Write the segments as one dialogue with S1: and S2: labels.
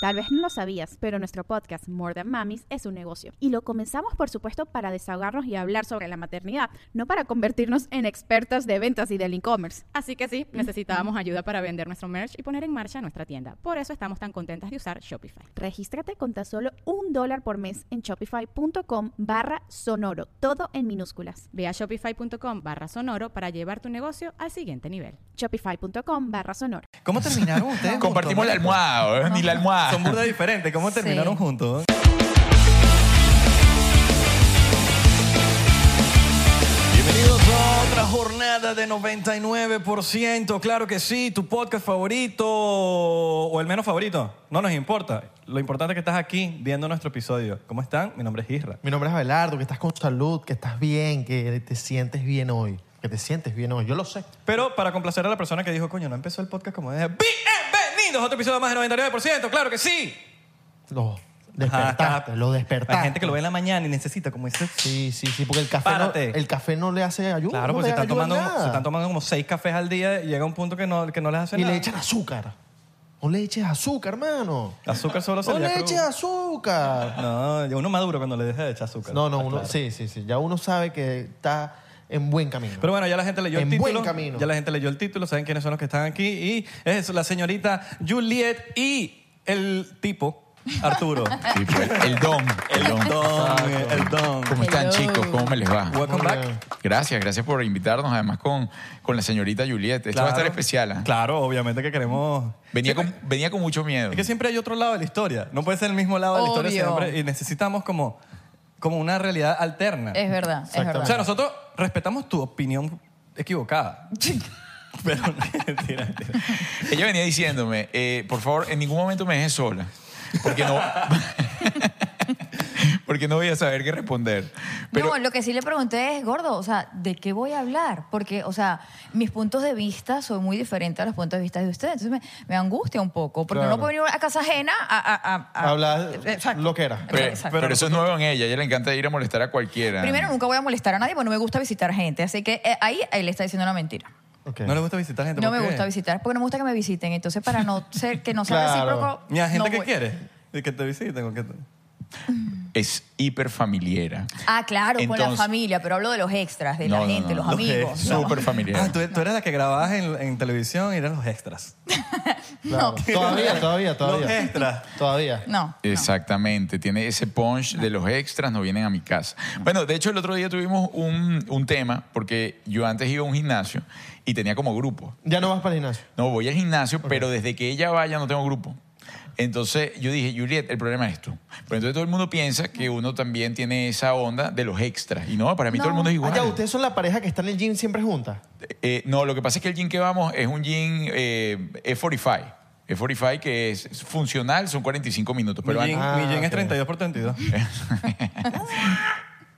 S1: Tal vez no lo sabías, pero nuestro podcast More Than Mamis es un negocio. Y lo comenzamos, por supuesto, para desahogarnos y hablar sobre la maternidad, no para convertirnos en expertas de ventas y del e-commerce.
S2: Así que sí, necesitábamos ayuda para vender nuestro merch y poner en marcha nuestra tienda. Por eso estamos tan contentas de usar Shopify.
S1: Regístrate con tan solo un dólar por mes en shopify.com barra sonoro, todo en minúsculas.
S2: Ve a shopify.com barra sonoro para llevar tu negocio al siguiente nivel.
S1: Shopify.com barra sonoro.
S3: ¿Cómo terminaron ustedes?
S4: Compartimos la almohada, ¿eh? ni la almohada.
S3: Son burda diferentes. ¿Cómo terminaron juntos? Bienvenidos a otra jornada de 99%. Claro que sí, tu podcast favorito o el menos favorito. No nos importa. Lo importante es que estás aquí viendo nuestro episodio. ¿Cómo están? Mi nombre es Isra.
S4: pues, Mi nombre es Abelardo, que estás con salud, que estás bien, que te sientes bien hoy. Que te sientes bien hoy, yo lo sé.
S3: Pero para complacer a la persona que dijo, coño, no empezó el podcast como dije. Bienvenidos a otro episodio más de 99%. Claro que sí.
S4: Lo despertaste,
S3: Ajá.
S4: lo despertaste.
S3: Hay gente que lo ve en la mañana y necesita como ese...
S4: Sí, sí, sí, porque el café, no,
S3: Párate.
S4: el café no le hace ayuda.
S3: Claro,
S4: no
S3: porque
S4: le
S3: se están,
S4: ayuda en
S3: tomando,
S4: nada.
S3: se están tomando como seis cafés al día y llega un punto que no, que no les hace
S4: Y
S3: nada.
S4: le echan azúcar. No le eches azúcar, hermano.
S3: Azúcar solo se
S4: No ¡Oh, le
S3: le
S4: eches azúcar.
S3: No, ya uno maduro cuando le deja de echar azúcar.
S4: No, no,
S3: Ah,
S4: uno,
S3: claro.
S4: sí, sí, sí. Ya uno sabe que está en buen camino.
S3: Pero bueno, ya la gente leyó el
S4: En
S3: título.
S4: buen camino.
S3: Ya la gente leyó el título, saben quiénes son los que están aquí. Y es la señorita Juliet y el tipo Arturo.
S5: pues, el don.
S3: el don, el don.
S5: ¿Cómo están, chicos? ¿Cómo me les va?
S3: Welcome
S4: Muy
S3: back.
S4: bien.
S5: Gracias, gracias por invitarnos, además con, con la señorita Juliet. Esto va a estar
S3: Claro.
S5: especial. ¿ah?
S3: Claro, obviamente que queremos.
S5: Venía,
S3: Siempre-
S5: con, venía con mucho miedo.
S3: Es que siempre hay otro lado de la historia. No puede ser el mismo lado de la historia
S6: Obvio.
S3: siempre. Y necesitamos como, como una realidad alterna.
S6: Es verdad, es
S4: Exactamente.
S3: O sea,
S6: verdad.
S3: nosotros respetamos tu opinión equivocada. Pero mentira, mentira.
S5: Ella venía diciéndome, eh, por favor, en ningún momento me dejes sola. Porque no. porque no voy a saber qué responder. Pero
S6: no, lo que sí le pregunté es, gordo, o sea, ¿de qué voy a hablar? Porque, o sea, mis puntos de vista son muy diferentes a los puntos de vista de ustedes. Entonces me, me angustia un poco, porque
S4: Claro.
S6: no puedo venir a casa ajena a... a, a- a-
S4: Hablar
S6: Exacto.
S4: loquera.
S5: Ah, Pero,
S6: Exacto.
S5: pero eso es nuevo en ella. A ella le encanta ir a molestar a cualquiera.
S6: Primero, nunca voy a molestar a nadie, porque no me gusta visitar gente. Así que eh, ahí él está diciendo una mentira.
S4: Ok.
S3: No le gusta visitar gente.
S6: No
S3: ¿por
S6: me
S3: qué?
S6: gusta visitar, porque no me gusta que me visiten. Entonces, para no ser que no sea
S4: Claro.
S6: recíproco...
S3: Ni a gente
S6: no
S3: que
S6: voy.
S3: quiere. Y que te visiten. o que te-
S5: Es hiperfamiliera.
S6: Ah, claro, con la
S5: Entonces-
S6: familia, pero hablo de los extras, de
S5: No,
S6: la
S5: no,
S6: gente,
S5: no,
S6: los
S5: no.
S6: amigos.
S3: Los
S6: no.
S5: Súper familiar.
S3: Ah, tú, tú eras la que grababas en, en televisión y eran los extras.
S4: Claro. Todavía, todavía,
S3: Los
S4: todavía.
S6: eh.
S3: extras.
S4: Todavía.
S6: No.
S5: Exactamente, tiene ese punch de los extras, no vienen a mi casa. Bueno, de hecho el otro día tuvimos un, un tema, porque yo antes iba a un gimnasio y tenía como grupo.
S4: Ya no vas para el gimnasio.
S5: No, voy al gimnasio, pero desde que ella vaya no tengo grupo. Entonces yo dije, Juliet, el problema es tú. Pero entonces todo el mundo piensa que uno también tiene esa onda de los extras. Y no, Ah, para mí todo el mundo es igual.
S4: Allá, Ah, ustedes son la pareja que está en el gym siempre juntas.
S5: Eh, no, lo que pasa es que el gym que vamos es un gym eh, E45. E45 que es es funcional, son 45 minutos. Pero
S3: mi jean,
S5: antes-
S4: Ah,
S3: mi jean es
S4: ok.
S3: 32 por 32.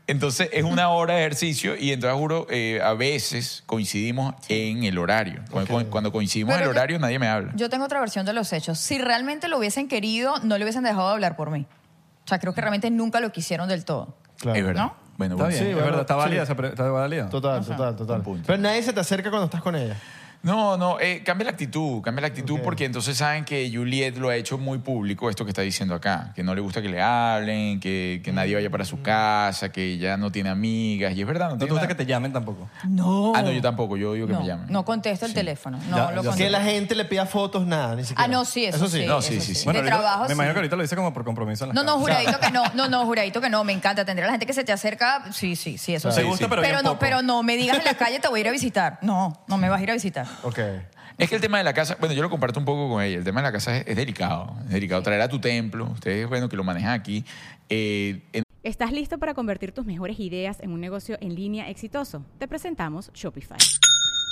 S5: Entonces es una hora de ejercicio y entonces juro, eh, a veces coincidimos en el horario. Cuando- Cuando, coincidimos en el
S6: Pero yo-
S5: horario nadie me habla.
S6: Yo tengo otra versión de los hechos. Si realmente lo hubiesen querido, no le hubiesen dejado de hablar por mí. O sea, creo que realmente nunca lo quisieron del todo.
S4: Claro.
S5: Es verdad.
S6: ¿No?
S5: Bueno,
S3: Está
S5: bueno.
S3: bien,
S4: sí,
S3: es
S4: bueno,
S3: verdad. Está
S4: sí.
S3: válida. esa pre- Está válida.
S4: Total, total, total.
S5: punto.
S4: Pero nadie se te acerca cuando estás con ella.
S5: No, no, eh, cambia la actitud, cambia la actitud
S4: Ok.
S5: porque entonces saben que Juliet lo ha hecho muy público esto que está diciendo acá, que no le gusta que le hablen, que, que nadie vaya para su casa, que ya no tiene amigas y es verdad, no,
S3: No te
S5: tiene
S3: gusta
S5: nada.
S3: que te llamen tampoco.
S6: No.
S5: Ah, no, yo tampoco, yo digo que
S6: no,
S5: me llamen.
S6: no contesto el
S5: Sí.
S6: teléfono. No
S3: Ya, ya
S6: lo
S3: sé.
S4: Que
S6: contesto.
S4: la gente le pida fotos, nada, ni siquiera.
S6: Ah, no, sí, eso, sí.
S5: No, sí, sí, sí.
S6: De
S3: ahorita-
S6: trabajo,
S3: me
S6: sí.
S3: imagino que ahorita lo dice como por compromiso. en las
S6: No, no,
S3: casas.
S6: juradito que no. No, no, juradito que no. Me encanta tener a la gente que se te acerca. Sí, sí, sí, eso
S3: Te
S6: sí.
S3: gusta, pero bien
S6: no,
S3: poco.
S6: pero no me digas en la calle te voy a ir a visitar. No, no me vas a ir a visitar.
S4: Ok.
S5: Es que el tema de la casa, bueno, yo lo comparto un poco con ella. El tema de la casa es, es delicado. Es delicado. Traer a tu templo, ustedes, bueno, que lo manejan aquí. eh, en-
S2: ¿Estás listo para convertir tus mejores ideas en un negocio en línea exitoso? Te presentamos Shopify.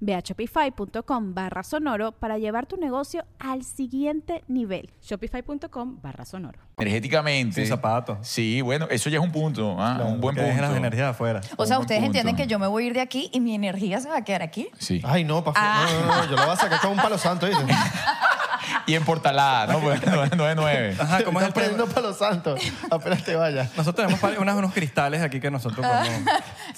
S1: Ve a shopify.com barra sonoro para llevar tu negocio al siguiente nivel.
S2: Shopify.com barra sonoro.
S5: Energéticamente.
S3: Sin zapatos.
S5: Sí, bueno, eso ya es un punto. ah, un buen
S3: Porque
S5: punto.
S3: dejen las energías afuera.
S6: O sea,
S5: Un buen
S6: ustedes
S5: punto.
S6: entienden que yo me voy a ir de aquí y mi energía se va a quedar aquí.
S5: Sí.
S4: Ay, no, pa' fu-
S6: Ah.
S4: no, no, no, yo la voy a sacar con un palo santo, ¿viste?
S5: Y en Portalada, ¿no? Porque no es 9
S3: Ajá, ¿cómo es el
S4: Está
S3: tema?
S4: prendiendo palo santo. Apenas te vayas.
S3: Nosotros tenemos pare- unas- unos cristales aquí que nosotros
S6: Ah.
S3: como...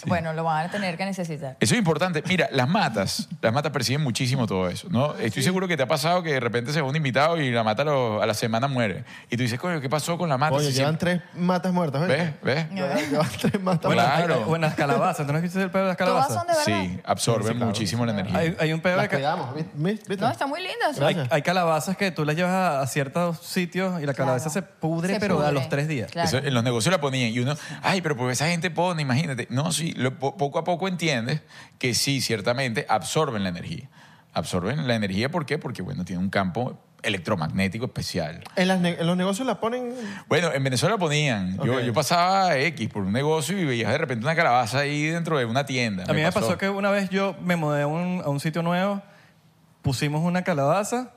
S6: Bueno, lo van a tener que necesitar.
S5: Eso es importante. Mira, las matas, las matas perciben muchísimo todo eso, ¿no? Estoy seguro que te ha pasado que de repente se va un invitado y la mata a lo- a la semana muere. Y tú dices, coño, ¿qué pasó con la mata?
S4: Oye,
S5: Si
S4: llevan
S5: siempre-
S4: tres matas muertas, ¿ves?
S5: ¿Ves? ¿Ves?
S4: Llevan llevan tres matas
S5: Bueno,
S4: muertas.
S5: Claro.
S3: Hay- hay- Buenas calabazas. ¿Tú no escuchaste el pedo de las
S6: Todas son
S3: calabazas?
S6: de verdad.
S5: Sí, absorben muchísimo la energía.
S3: Hay, hay un pedo de...
S4: Las
S3: ca-
S4: cuidamos, ¿viste? ¿viste?
S6: No, están muy lindas.
S4: Gracias.
S3: Hay, hay calabazas que tú las llevas a, a ciertos sitios y la calabaza se pudre,
S6: Se
S3: pero a
S6: pudre.
S3: los tres días.
S6: Claro.
S5: Eso en los negocios la ponían y uno, ay, pero pues esa gente pone, imagínate. No, sí, lo- po- poco a poco entiendes que sí, ciertamente absorben la energía. Absorben la energía, ¿por qué? Porque, bueno, tiene un campo electromagnético especial.
S4: En, las ne- en los negocios las ponen.
S5: Bueno, en Venezuela ponían. Yo,
S4: Ok.
S5: yo pasaba X por un negocio y veías de repente una calabaza ahí dentro de una tienda.
S3: A mí me pasó. que una vez yo me mudé a un, a un sitio nuevo, pusimos una calabaza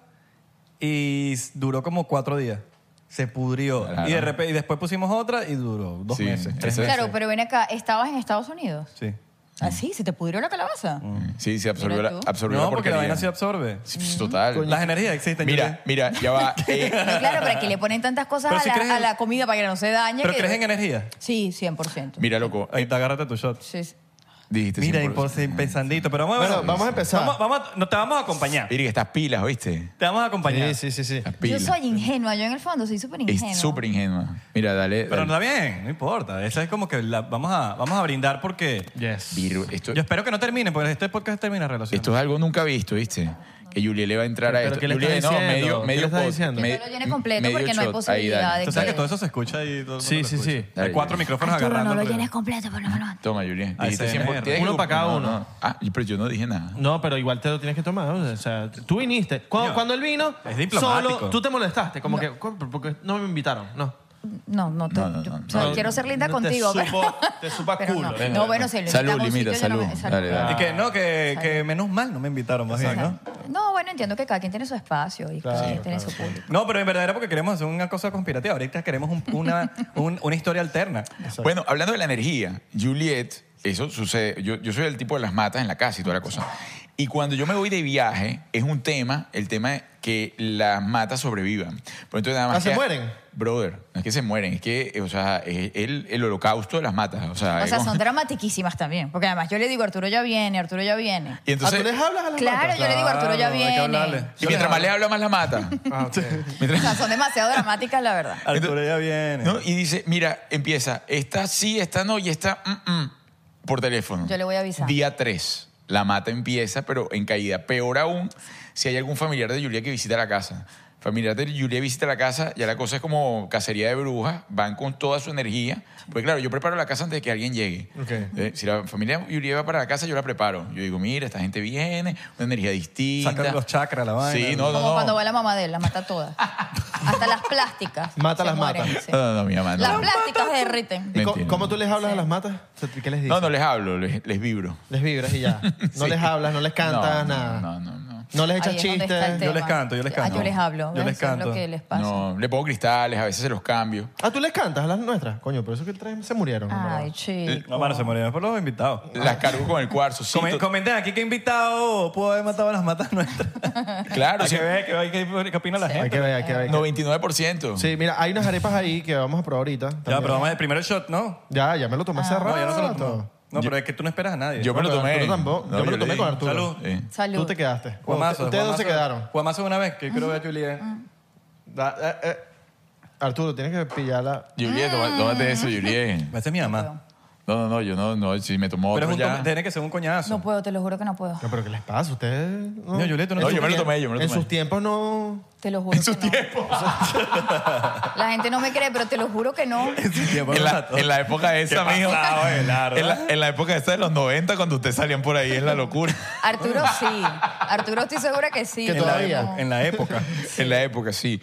S3: y s- duró como cuatro días. Se pudrió.
S5: Claro.
S3: Y, de repe- y después pusimos otra y duró dos
S5: Sí, Mm.
S3: meses, tres
S5: ese-
S3: meses.
S6: Claro, pero ven acá, estabas en Estados Unidos.
S3: Sí.
S6: ¿Ah, sí? ¿Se te pudrió la calabaza?
S5: Sí, se absorbió
S6: Mira
S5: la,
S6: tú.
S5: absorbió
S3: No,
S5: la
S3: porque la
S5: porquería.
S3: vaina se absorbe.
S5: Sí, pues, total.
S3: Las energías existen.
S5: Mira,
S3: Julia.
S5: mira, ya va. Eh,
S6: No, claro, pero que le ponen tantas cosas
S3: Pero
S6: a,
S3: si
S6: la,
S3: crees
S6: a
S3: en-
S6: la comida para que no se dañe.
S3: ¿Pero
S6: que-
S3: crees en energía?
S6: Sí, 100%.
S5: mira, loco. eh,
S3: Ahí te agárrate tu shot.
S6: Sí, sí.
S5: Dijiste
S3: Mira,
S5: 100%.
S3: impo- pensandito. Pero vamos a,
S4: Bueno,
S3: ver-
S4: vamos a empezar.
S3: Vamos, vamos a- no, te vamos a acompañar.
S5: Mira que estás pilas, ¿oíste?
S3: Te vamos a acompañar.
S4: Sí, sí, sí, sí.
S5: Estás
S6: Yo
S5: pilas.
S6: soy ingenua, yo en el fondo soy súper ingenua.
S5: Es súper ingenua. Mira, dale.
S3: Pero
S5: dale.
S3: está bien, no importa. Esa es como que la- vamos, a, vamos a brindar porque...
S4: Yes.
S5: Viru, esto,
S3: Yo espero que no termine, porque este podcast termina relación.
S5: esto es algo nunca visto, ¿viste? Que Julia le va a entrar a
S4: ¿Pero
S5: esto.
S4: qué le
S5: Juliet,
S4: estás
S5: no,
S4: diciendo?
S5: medio,
S4: ¿Qué
S5: medio
S4: le estás
S5: pod-
S4: diciendo?
S5: me-
S6: Que no lo llene completo
S5: medio
S6: porque no hay
S5: shot. Ahí,
S6: posibilidad
S5: dale.
S6: de
S3: Tú sabes
S6: que-
S3: que todo eso se escucha y todo el mundo
S4: Sí,
S3: lo
S4: sí,
S3: escucha.
S4: sí.
S3: Hay
S5: Dale,
S3: cuatro
S5: dale.
S3: micrófonos
S6: Arturo, no
S3: agarrando.
S6: lo llenes completo, por lo menos.
S5: Toma, Julia.
S4: Ah,
S5: Dijiste
S3: ASMR.
S5: 100%. Tienes que-
S4: Uno para cada uno.
S5: No, no. Ah, pero yo no dije nada.
S4: No, pero igual te lo tienes que tomar. O sea, tú viniste. Cuando,
S3: Yo.
S4: cuando él vino,
S3: Es diplomático.
S4: solo tú te molestaste. Como que, "Co- ¿por qué no me invitaron? No.
S6: No, no, te-
S5: No, no,
S6: yo-
S5: no,
S6: o sea,
S5: no.
S6: quiero ser linda
S4: No te
S6: contigo.
S4: supo-
S6: pero-
S4: te supo a
S6: pero
S4: culo. Ah,
S6: No,
S5: Venga,
S6: No,
S5: venga.
S6: bueno, si lo
S5: Salud,
S6: invitamos a un
S5: Limita,
S6: sitio, yo no me-
S5: salud. Dale, dale.
S3: Y que no, que, que menos mal no me invitaron más bien, ¿no?
S6: No, bueno, entiendo que cada quien tiene su espacio y cada quien tiene su público.
S3: No, pero en verdad era porque queremos hacer una cosa conspirativa. Ahorita queremos un- una, un- una historia alterna.
S5: Bueno, hablando de la energía, Juliet, eso sucede. Yo, yo soy el tipo de las matas en la casa y toda la cosa. Y cuando yo me voy de viaje, es un tema, el tema de que las matas sobrevivan. Pero entonces nada más
S4: Ah, ¿se
S5: que-
S4: mueren?
S5: Brother, no es que se mueren, es que, eh, o sea, es el, el holocausto de las matas. O sea,
S6: O
S5: es
S6: sea,
S5: como-
S6: son dramatiquísimas también. Porque además yo le digo, Arturo ya viene, Arturo ya viene.
S5: Y entonces.
S4: ¿Ah, tú les hablas a las
S6: Claro,
S4: matas?
S6: yo le digo, Arturo ya
S3: Claro, hay que hablarle.
S6: viene.
S5: y mientras más le habla, más la mata.
S4: Ah, ok.
S6: O sea, son demasiado dramáticas, la verdad.
S3: Arturo ya viene.
S5: ¿no? Y dice, mira, empieza, esta sí, esta no y esta mm, mm, por teléfono.
S6: Yo le voy avisando.
S5: Día 3. La mata empieza, pero en caída. Peor aún, si hay algún familiar de Julia que visita la casa. Familiar de Julia visita la casa, ya la cosa es como cacería de brujas, van con toda su energía. Pues claro, yo preparo la casa antes de que alguien llegue.
S4: Ok.
S5: Eh, Si la familia Julia va para la casa, yo la preparo. Yo digo, mira, esta gente viene, una energía distinta.
S3: Sacan los chakras, la vaina.
S5: Sí, no, no,
S6: Como
S5: no.
S6: cuando va la mamá de él, la mata todas. Hasta las plásticas.
S4: Mata
S6: se
S4: las Ah,
S6: mueren,
S4: mata.
S6: sí.
S5: No, no, no, mi mamá. no.
S6: Las plásticas se derriten.
S4: ¿Y co-
S5: Mentira.
S4: cómo tú les hablas a las matas? O sea, ¿Qué les dices?
S5: No, no les hablo, les, les vibro.
S4: Les vibras y ya. No
S5: Sí.
S4: les hablas, no les cantas,
S5: No, no,
S4: nada.
S5: No, no, no.
S4: No les echas
S6: Ahí es donde está el
S4: chistes.
S6: tema.
S3: Yo les canto, yo les canto.
S6: Ah, yo les hablo.
S3: Yo
S6: ¿ves?
S3: les
S6: Eso es
S3: canto.
S6: lo que les pasa.
S5: No, le pongo cristales, a veces se los cambio.
S4: Ah, tú les cantas a las nuestras. Coño, por eso es que tres se murieron.
S6: Ay,
S4: ¿verdad? Eh,
S6: chico.
S3: No, mano, se murieron por los invitados.
S5: Las cargo con el cuarzo. sí,
S3: Comen-
S5: to-
S3: comenten aquí qué invitado pudo haber matado a las matas nuestras.
S5: Claro,
S3: Hay
S5: sí,
S3: que ver, que ver qué- qué opina la
S4: hay
S3: gente.
S4: que ver, hay que ver. hay que-
S5: 99%.
S4: Sí, mira, hay unas arepas ahí que vamos a probar ahorita.
S3: Ya,
S4: también.
S3: pero vamos a primero el shot, ¿no?
S4: Ya, ya me lo tomé hace
S6: Ah.
S4: rato.
S3: No, ya no se lo tomó. No, pero es que tú no esperas a nadie.
S5: Yo me lo
S4: Pero
S5: tomé.
S4: Arturo tampoco. Yo me lo
S5: le eh,
S4: tomé
S5: di.
S4: con Arturo.
S3: Salud.
S5: Sí.
S6: Salud.
S4: Tú te quedaste.
S3: Guamazo,
S4: ustedes dos se
S3: guamazo.
S4: quedaron.
S3: Guamazo una vez, que creo que Juliet.
S4: Da- eh, eh. Arturo, tienes que pillarla.
S6: Ah.
S5: Juliet, toma- tómate eso, Juliet.
S3: Me hace mi mamá.
S5: No, no, no, yo no, no, si me tomo
S3: Pero
S5: otro
S3: es un
S5: ya.
S3: tome- tiene que ser un coñazo.
S6: No puedo, te lo juro que no puedo.
S4: No, pero ¿qué les pasa? Ustedes.
S3: No, Julieta, no
S5: No,
S3: te-
S5: yo me lo tomé, yo me lo
S4: En
S5: tomé.
S4: sus tiempos no.
S6: Te lo juro.
S5: En sus
S6: que no.
S5: tiempos.
S6: La gente no me cree, pero te lo juro que no.
S5: En la, en la época
S3: ¿Qué
S5: esa, mijo.
S3: pasado,
S5: en,
S3: Abelardo?
S5: la, en la época esa de los 90, cuando ustedes salían por ahí, es la locura.
S6: Arturo sí. Arturo estoy segura que sí.
S4: Que
S6: pero
S4: todavía.
S6: no.
S3: En la época.
S5: en la época, sí.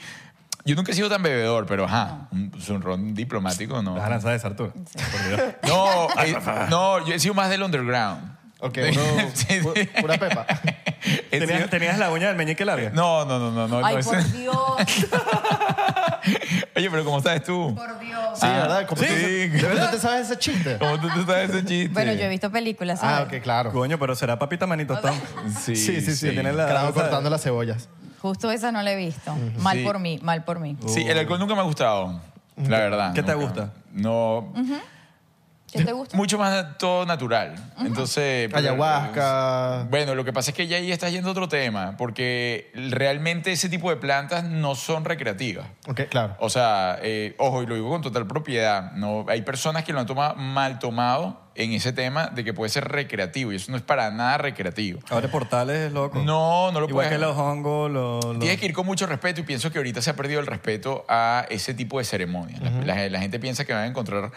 S5: Yo nunca he sido tan bebedor, pero ajá, un, un ron diplomático, no.
S3: Vas a lanzar esa, Arturo. Por Dios.
S5: No, eh, no, yo he sido más del underground.
S4: Ok,
S5: Sí,
S4: uno-
S5: sí.
S4: pu- pura pepa.
S5: He sido-
S3: ¿Tenías, tenías la uña del meñique larga?
S5: No, no, no, no, no.
S6: Ay,
S5: no,
S6: por
S5: ese-
S6: Dios,
S5: Oye, pero ¿cómo sabes tú?
S6: por Dios.
S4: Sí, ¿verdad? ¿Cómo
S5: Ah, sí.
S4: tú- ¿De verdad te sabes ese chiste?
S5: ¿Cómo tú, tú sabes ese chiste?
S6: Bueno, yo he visto películas,
S4: Ah,
S6: ¿sabes?
S4: ok,
S5: Oh.
S4: claro.
S3: Coño, pero será papita manito Tom.
S5: Sí,
S3: Sí, sí, sí. Tiene la-
S4: Claro,
S3: o sea,
S4: cortando las cebollas.
S6: Justo esa no la he visto. Mal
S5: Sí.
S6: por mí, mal por mí.
S5: Sí, el alcohol nunca me ha gustado, la verdad.
S3: ¿Qué te
S5: nunca.
S3: gusta?
S5: No,
S6: ¿Qué te gusta?
S5: mucho más todo natural. Entonces... pero-
S4: Ayahuasca.
S5: Bueno, lo que pasa es que ya ahí está yendo a otro tema, porque realmente ese tipo de plantas no son recreativas.
S4: Ok, claro.
S5: O sea, eh, ojo, y lo digo con total propiedad, no, hay personas que lo han tomado mal tomado en ese tema de que puede ser recreativo, y eso no es para nada recreativo.
S3: Abre portales, loco.
S5: No, no lo
S3: Igual que
S5: puedes-
S3: los hongos, los... los-
S5: Tienes que ir con mucho respeto y pienso que ahorita se ha perdido el respeto a ese tipo de ceremonias. La- la, la gente piensa que van a encontrar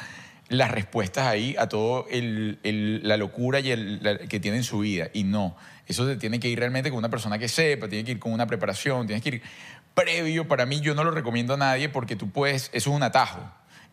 S5: las respuestas ahí a todo el, el- la locura y el, la- que tiene en su vida y no. Eso se tiene que ir realmente con una persona que sepa, tiene que ir con una preparación, tienes que ir previo. Para mí yo no lo recomiendo a nadie porque tú puedes, eso es un atajo.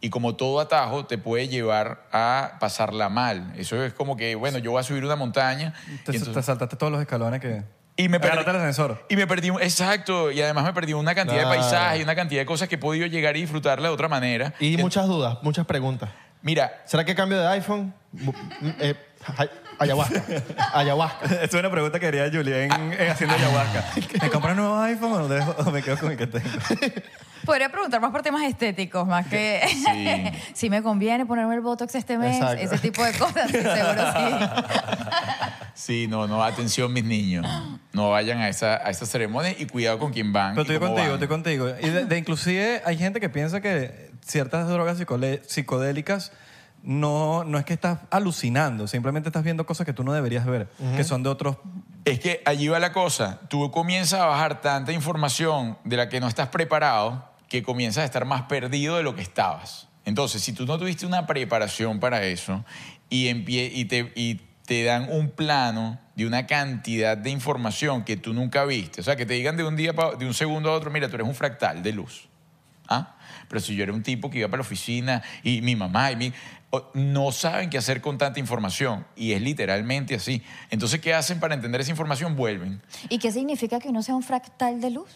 S5: Y como todo atajo, te puede llevar a pasarla mal. Eso es como que, bueno, yo voy a subir una montaña.
S3: Te,
S5: y entonces-
S3: te saltaste todos los escalones que...
S5: y me perdí.
S3: Agárrate el ascensor.
S5: Y me perdí, un- exacto. Y además me perdí una cantidad de
S4: Claro.
S5: paisajes y una cantidad de cosas que he podido llegar y disfrutarla de otra manera.
S4: Y
S5: Que-
S4: muchas dudas, muchas preguntas.
S5: Mira,
S4: ¿Será que cambio de iPhone? Bu- mm, eh, ay- ayahuasca. Ayahuasca.
S3: Esa es una pregunta que haría Julián
S5: Ah.
S3: eh, haciendo ayahuasca. ¿Me compro un nuevo iPhone o, lo dejo- o me quedo con el que tengo?
S6: Podría preguntar más por temas estéticos, más que
S5: Sí.
S6: si me conviene ponerme el Botox este mes,
S4: Exacto.
S6: ese tipo de cosas, sí, seguro sí.
S5: sí, no, no, atención mis niños. No vayan a, esa, a esas ceremonias y cuidado con quién van.
S3: Pero
S5: y
S3: estoy
S5: cómo
S3: contigo,
S5: van.
S3: estoy contigo. Y de, de inclusive hay gente que piensa que ciertas drogas psicole- psicodélicas no, no es que estás alucinando, simplemente estás viendo cosas que tú no deberías ver, que son de otros...
S5: Es que allí va la cosa. Tú comienzas a bajar tanta información de la que no estás preparado que comienzas a estar más perdido de lo que estabas. Entonces, si tú no tuviste una preparación para eso y, empie- y, te, y te dan un plano de una cantidad de información que tú nunca viste, o sea, que te digan de un día pa- de un segundo a otro, mira, tú eres un fractal de luz. ¿Ah? Pero si yo era un tipo que iba para la oficina y mi mamá y mi... o- No saben qué hacer con tanta información. Y es literalmente así. Entonces, ¿qué hacen para entender esa información? Vuelven.
S6: ¿Y qué significa que uno sea un fractal de luz?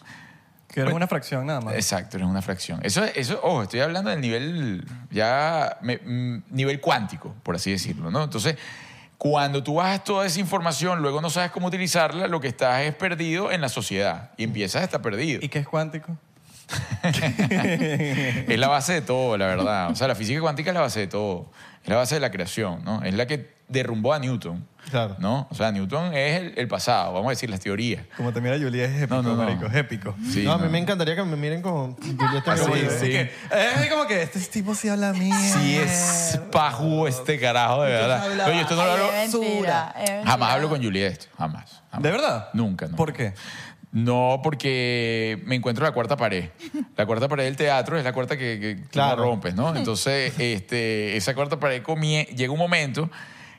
S3: que eres
S5: Bueno,
S3: una fracción nada más.
S5: Exacto, Pues es una fracción. Eso, eso ojo, estoy hablando del nivel ya... me- mm, nivel cuántico, por así decirlo, ¿no? Entonces... Cuando tú bajas toda esa información, luego no sabes cómo utilizarla, lo que estás es perdido en la sociedad y empiezas a estar perdido.
S3: ¿Y qué es cuántico?
S5: es la base de todo, la verdad. O sea, la física cuántica es la base de todo. Es la base de la creación, ¿no? Es la que derrumbó a Newton.
S4: Claro.
S5: ¿No? O sea, Newton es el, el pasado, vamos a decir, las teorías.
S3: Como te mira Julia es épico,
S5: No, no, no.
S3: marico, es épico.
S5: Sí,
S4: no, a mí
S5: ¿no?
S4: me encantaría que me miren con Julieta.
S5: Así,
S4: Gregorio.
S5: sí.
S3: Que- es como que este tipo sí habla mía.
S5: Sí es pajú este carajo, de verdad. Oye, esto no lo hablo...
S6: Es mentira, es mentira.
S5: Jamás hablo con Julia de esto, jamás. jamás.
S3: ¿De verdad?
S5: Nunca, no.
S3: ¿Por qué?
S5: No, porque me encuentro en la cuarta pared. La cuarta pared del teatro es la cuarta que, que tú
S4: Claro.
S5: la rompes, ¿no? Entonces, este, esa cuarta pared comie- llega un momento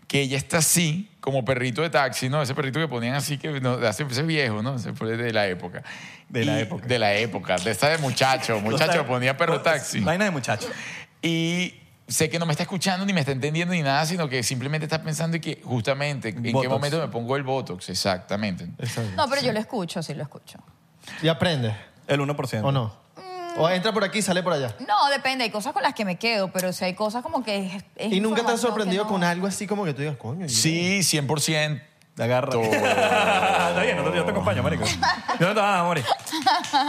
S5: que ella está así, como perrito de taxi, ¿no? Ese perrito que ponían así, que no, hace, ese viejo, ¿no? Ese fue de la época.
S3: De la época.
S5: De la época, de esa de muchacho. Muchacho, ponía perro taxi.
S3: Vaina de muchacho.
S5: Y sé que no me está escuchando ni me está entendiendo ni nada, sino que simplemente está pensando y que justamente en qué
S3: Botox.
S5: momento me pongo el Botox, exactamente.
S4: Exacto.
S6: No, pero yo lo escucho, sí lo escucho.
S4: ¿Y aprendes?
S3: El 1%.
S4: ¿O no?
S6: Mm.
S4: ¿O entra por aquí y sale por allá?
S6: No, depende, hay cosas con las que me quedo, pero si hay cosas como que es- es
S4: ¿Y nunca te has
S6: información
S4: sorprendido
S6: que no-
S4: con algo así como que tú digas, coño? Julieta?
S5: Sí, 100%.
S3: Te agarra.
S5: Todo.
S3: Ah, Está bien, no te- yo te acompaño, marico. Yo no te vas a morir.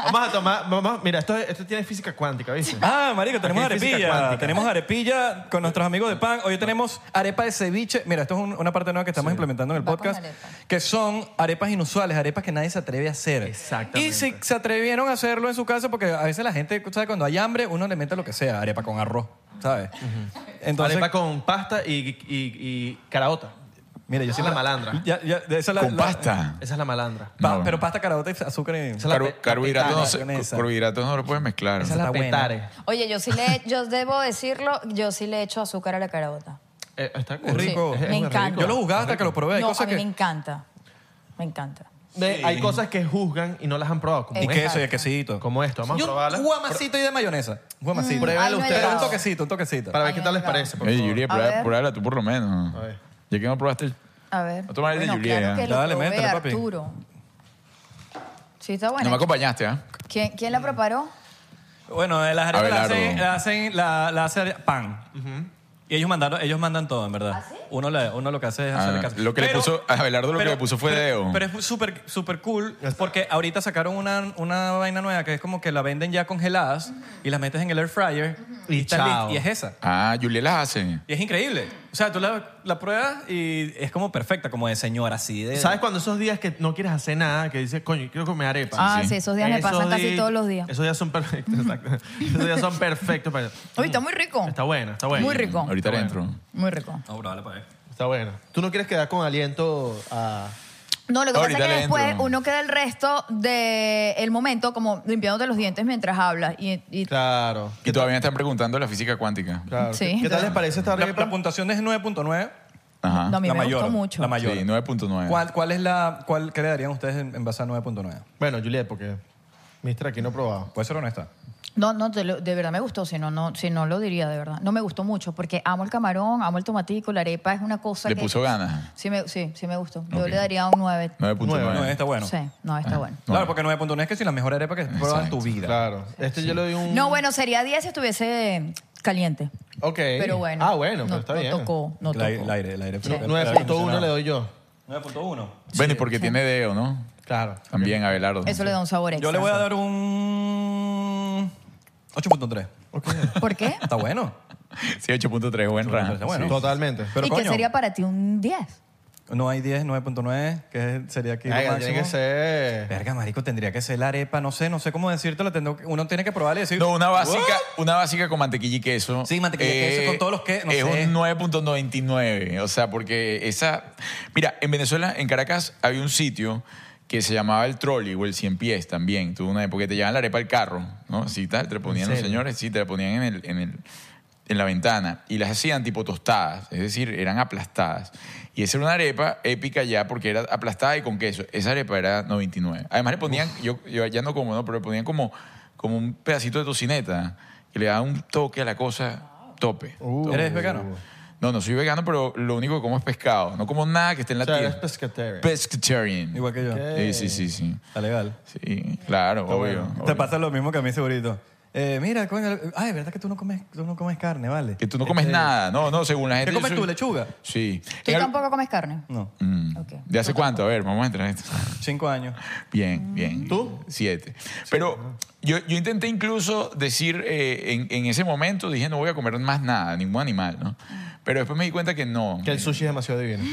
S4: Vamos a tomar. Vamos, mira, esto, esto tiene física cuántica, ¿viste?
S3: Ah, marico, tenemos
S4: Aquí hay física
S3: arepilla.
S4: cuántica.
S3: Tenemos arepilla con nuestros amigos de pan. Hoy tenemos arepa de ceviche. Mira, esto es un- una parte nueva que estamos implementando en el
S6: Va con
S3: podcast.
S6: arepa.
S3: Que son arepas inusuales, arepas que nadie se atreve a hacer.
S4: Exactamente.
S3: Y si se atrevieron a hacerlo en su casa, porque a veces la gente, ¿sabes? Cuando hay hambre, uno le mete lo que sea. Arepa con arroz, ¿sabes? Entonces,
S4: Arepa con pasta y, y, y caraota.
S3: mira, yo
S4: Esa es
S3: siempre...
S4: la malandra.
S3: Ya- ya- esa es la-
S5: Con
S3: la-
S5: pasta.
S4: Esa es la malandra.
S3: pa-
S5: No.
S3: Pero pasta, carabota y azúcar y...
S4: Esa es la
S5: Carbo-
S4: pe-
S5: carbohidratos, no
S3: la
S5: se-
S3: mayonesa.
S5: carbohidratos no lo puedes mezclar.
S4: Esa
S5: ¿no?
S4: es la
S3: Está buena.
S4: petare.
S6: Oye, yo sí le, yo debo decirlo, yo sí le echo azúcar a la carabota.
S4: Eh, está
S3: Es rico.
S6: Sí, me encanta.
S3: Yo lo juzgaba hasta que lo probé. Hay
S6: no, a
S3: cosas
S6: mí me
S3: que...
S6: encanta. Me encanta.
S4: Ve, Hay cosas que juzgan y no las han probado. Como
S3: Y
S6: Eh,
S4: esto.
S3: queso y el quesito.
S4: Como esto. Vamos a
S3: Y
S4: probarla.
S3: un guamacito y de mayonesa. Un guamacito.
S4: Pruébelo
S6: Mm. ay, no,
S4: ustedes.
S3: Pero
S6: no.
S3: un toquecito, un toquecito.
S4: Para ver qué
S6: Ay,
S4: tal les
S6: no, no.
S4: parece. por
S5: Ey,
S4: favor.
S5: Julia,
S6: A ver.
S5: prueba- pruébala tú por lo menos.
S4: ver.
S5: Ya que no probaste el...
S6: A ver.
S5: No tomar el de
S6: bueno,
S5: Juliet,
S6: claro
S5: ¿eh?
S6: que lo
S3: Dale,
S6: probé,
S3: métele, papi.
S6: Arturo. Sí, está
S5: No
S6: bueno.
S5: me acompañaste, ¿ah?
S6: ¿Quién, quién la preparó?
S3: Bueno, eh, las arepas la
S5: Abelardo.
S3: hacen, la hacen, la, la hacen pan. Y ellos mandaron, ellos mandan todo, en
S6: ¿Ah,
S3: verdad. Uno, la- uno lo que hace es
S5: Ah,
S3: hacer casa.
S5: lo que le puso- a Abelardo lo que le puso fue
S3: pero-
S5: dedo.
S3: Pero es súper super cool porque ahorita sacaron una, una vaina nueva que es como que la venden ya congeladas y las metes en el air fryer y,
S4: Y
S3: está
S4: chao.
S3: lista. Y es esa.
S5: Ah, Julia las hace.
S3: Y es increíble. O sea, tú la, la pruebas y es como perfecta, como de señora, así
S6: Eh.
S3: de...
S4: ¿Sabes cuando esos días que no quieres hacer nada, que dices, coño, quiero comer arepa?
S6: ah,
S5: sí.
S6: sí, esos días me
S4: Esos
S6: pasan casi
S4: días-
S6: todos los días.
S4: Esos días son perfectos, exacto. esos días son perfectos para...
S6: Oye, está muy rico.
S4: Está buena, está buena.
S6: Muy rico.
S5: Ahorita
S4: Está
S5: adentro.
S6: Muy rico.
S3: No, bro, dale para ver.
S4: Está buena. ¿Tú no quieres quedar con aliento a...?
S6: No, lo que pasa
S5: Ahorita
S6: es que
S5: le entro.
S6: después uno queda el resto del momento como limpiándote los dientes mientras hablas. Y, y-
S4: Claro.
S5: Y todavía me están preguntando la física cuántica.
S4: claro.
S6: Sí.
S4: ¿Qué tal les parece esta
S3: La,
S4: arepa?
S3: la puntuación es 9.9.
S5: Ajá.
S6: no, a mí
S3: la
S6: me
S3: mayor,
S6: gustó mucho.
S3: La mayor.
S5: Sí,
S4: Eh.
S5: 9.9.
S3: ¿Cuál, cuál es la, cuál, ¿Qué le darían ustedes en, en base a 9.9?
S4: Bueno, Juliet, porque... Mister, aquí no he probado.
S3: Puede ser honesta.
S6: No, no, te lo- de verdad me gustó, si no, no, si no lo diría, de verdad. No me gustó mucho, porque amo el camarón, amo el tomatico, la arepa es una cosa
S5: Le
S6: que...
S5: puso ganas.
S6: Sí, me, sí, sí me gustó. Yo
S5: Ok.
S6: le daría un 9.
S4: Nueve.
S5: 9.9.
S3: No, está bueno.
S6: Sí, no, está bueno.
S3: Claro, porque 9.9 es que si la mejor arepa que has probado en tu vida.
S4: Claro. Este yo le doy un...
S6: No, bueno, sería 10 si estuviese caliente.
S4: Ok.
S6: Pero bueno.
S4: Ah, bueno, pero
S6: no,
S4: está
S6: no
S4: bien.
S6: tocó, no
S3: La-
S6: tocó.
S3: el aire, el aire.
S6: Sí.
S3: el- el aire
S4: 9.1 le doy yo.
S3: 9.1.
S5: Bueno, y porque tiene dedo, ¿no?
S4: Claro.
S5: También Abelardo.
S6: Eso le da un sabor extra.
S3: Yo le voy a dar un 8.3.
S6: ¿Por qué?
S3: Está bueno.
S5: Sí, 8.3, buen rango.
S3: Está bueno.
S4: Totalmente.
S3: Pero
S6: ¿Y qué
S3: coño,
S6: sería para ti un 10?
S3: no hay 10, 9.9, que sería aquí
S4: Ay,
S3: lo
S4: tiene
S3: máximo.
S4: que ser...
S3: Verga, marico, tendría que ser la arepa. No sé, no sé cómo decírtelo. tendré que- Uno tiene que probarle y decir...
S5: No, una
S3: "What?".
S5: básica, una básica con mantequilla y queso. Eh,
S3: Sí, mantequilla y queso, con todos los que- no
S5: es
S3: sé.
S5: un 9.99. O sea, porque esa. Mira, en Venezuela, en Caracas, había un sitio que se llamaba el trolley o el cien pies también. Tuvo una época que te llevaban la arepa al carro, ¿no? Sí, tal, te la ponían los
S4: serio?
S5: señores, sí, te la ponían en el- en el en la ventana y las hacían tipo tostadas, es decir, eran aplastadas. Y esa era una arepa épica ya porque era aplastada y con queso. Esa arepa era 99. Además le ponían, yo, yo ya no como, no, pero le ponían como, como un pedacito de tocineta que le daba un toque a la cosa tope.
S4: Uh.
S3: ¿Eres vegano?
S5: No, no soy vegano, pero lo único que como es pescado. No como nada que esté en
S4: O
S5: la
S4: sea, eres
S5: tierra.
S4: pescatero.
S5: Pescatarian.
S3: Igual que yo.
S5: Sí, sí, sí, sí.
S3: Está legal.
S5: Sí, claro, obvio.
S4: bueno.
S3: Te
S5: obvio.
S3: pasa lo mismo que a mí, segurito. Eh, mira, coño, ay, verdad que tú no comes, tú no comes carne, ¿vale?
S5: Que tú no comes nada. No, no, según la gente.
S3: ¿Qué
S5: yo
S3: este- comes
S5: soy-
S3: tú, lechuga?
S5: Sí.
S6: ¿Tú
S5: En al-
S6: tampoco comes carne?
S3: No,
S5: Mm.
S6: Ok.
S5: ¿De hace cuánto? A ver, vamos a entrar en esto.
S3: cinco años.
S5: Bien, bien. ¿Tú? Siete. Pero yo, yo intenté incluso decir, eh, en, en ese momento dije, no voy a comer más nada, ningún animal, ¿no? Pero después me di cuenta que no.
S4: Que el sushi es demasiado divino.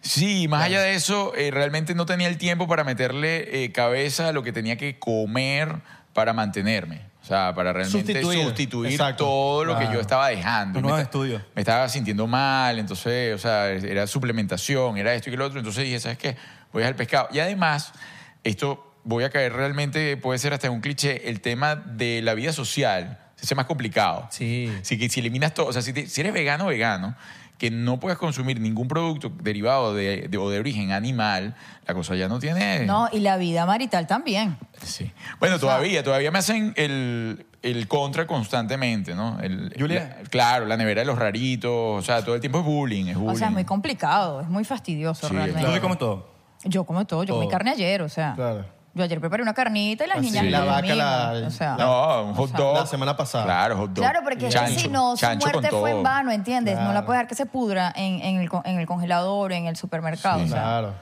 S5: Sí, más allá de eso, eh, realmente no tenía el tiempo para meterle eh, cabeza a lo que tenía que comer para mantenerme. O sea, para realmente
S4: Sustituir.
S5: sustituir,
S4: Exacto.
S5: todo lo que
S4: Claro.
S5: yo estaba dejando.
S3: Tus
S5: Me
S3: nuevos
S5: esta-
S3: estudios.
S5: Me estaba sintiendo mal, entonces, o sea, era suplementación, era esto y lo otro. Entonces dije, ¿sabes qué? Voy al pescado. Y además, esto voy a caer realmente, puede ser hasta un cliché, el tema de la vida social. Es más complicado.
S4: Sí.
S5: Si, que- si eliminas todo, o sea, si, te- si eres vegano vegano, que no puedes consumir ningún producto derivado de, de- o de origen animal, la cosa ya no tiene...
S6: No, y la vida marital también.
S5: Sí. Bueno, todavía, todavía me hacen el, el contra constantemente, ¿no? El,
S3: Julia.
S5: la- claro, la nevera de los raritos, o sea, todo el tiempo es bullying, es bullying.
S6: O sea, es muy complicado, es muy fastidioso
S5: Sí,
S6: realmente.
S3: ¿Tú qué comes todo?
S6: Yo como todo, yo comí
S4: Todo.
S6: carne ayer, o sea.
S4: Claro.
S6: Yo ayer preparé una carnita y las niñas
S5: la
S6: lo
S4: vaca,
S6: mismo,
S4: la-
S6: o sea.
S5: No, un hot dog.
S4: la semana pasada.
S5: Claro, hot dog.
S6: Claro, porque
S5: Chancho,
S6: si no, su
S5: chancho con
S6: muerte fue
S5: todo.
S6: en vano, ¿entiendes? No
S4: Claro.
S6: la puedes dejar que se pudra en, en el, co- en el congelador, en el supermercado.
S5: Sí.
S6: o sea.
S4: Claro.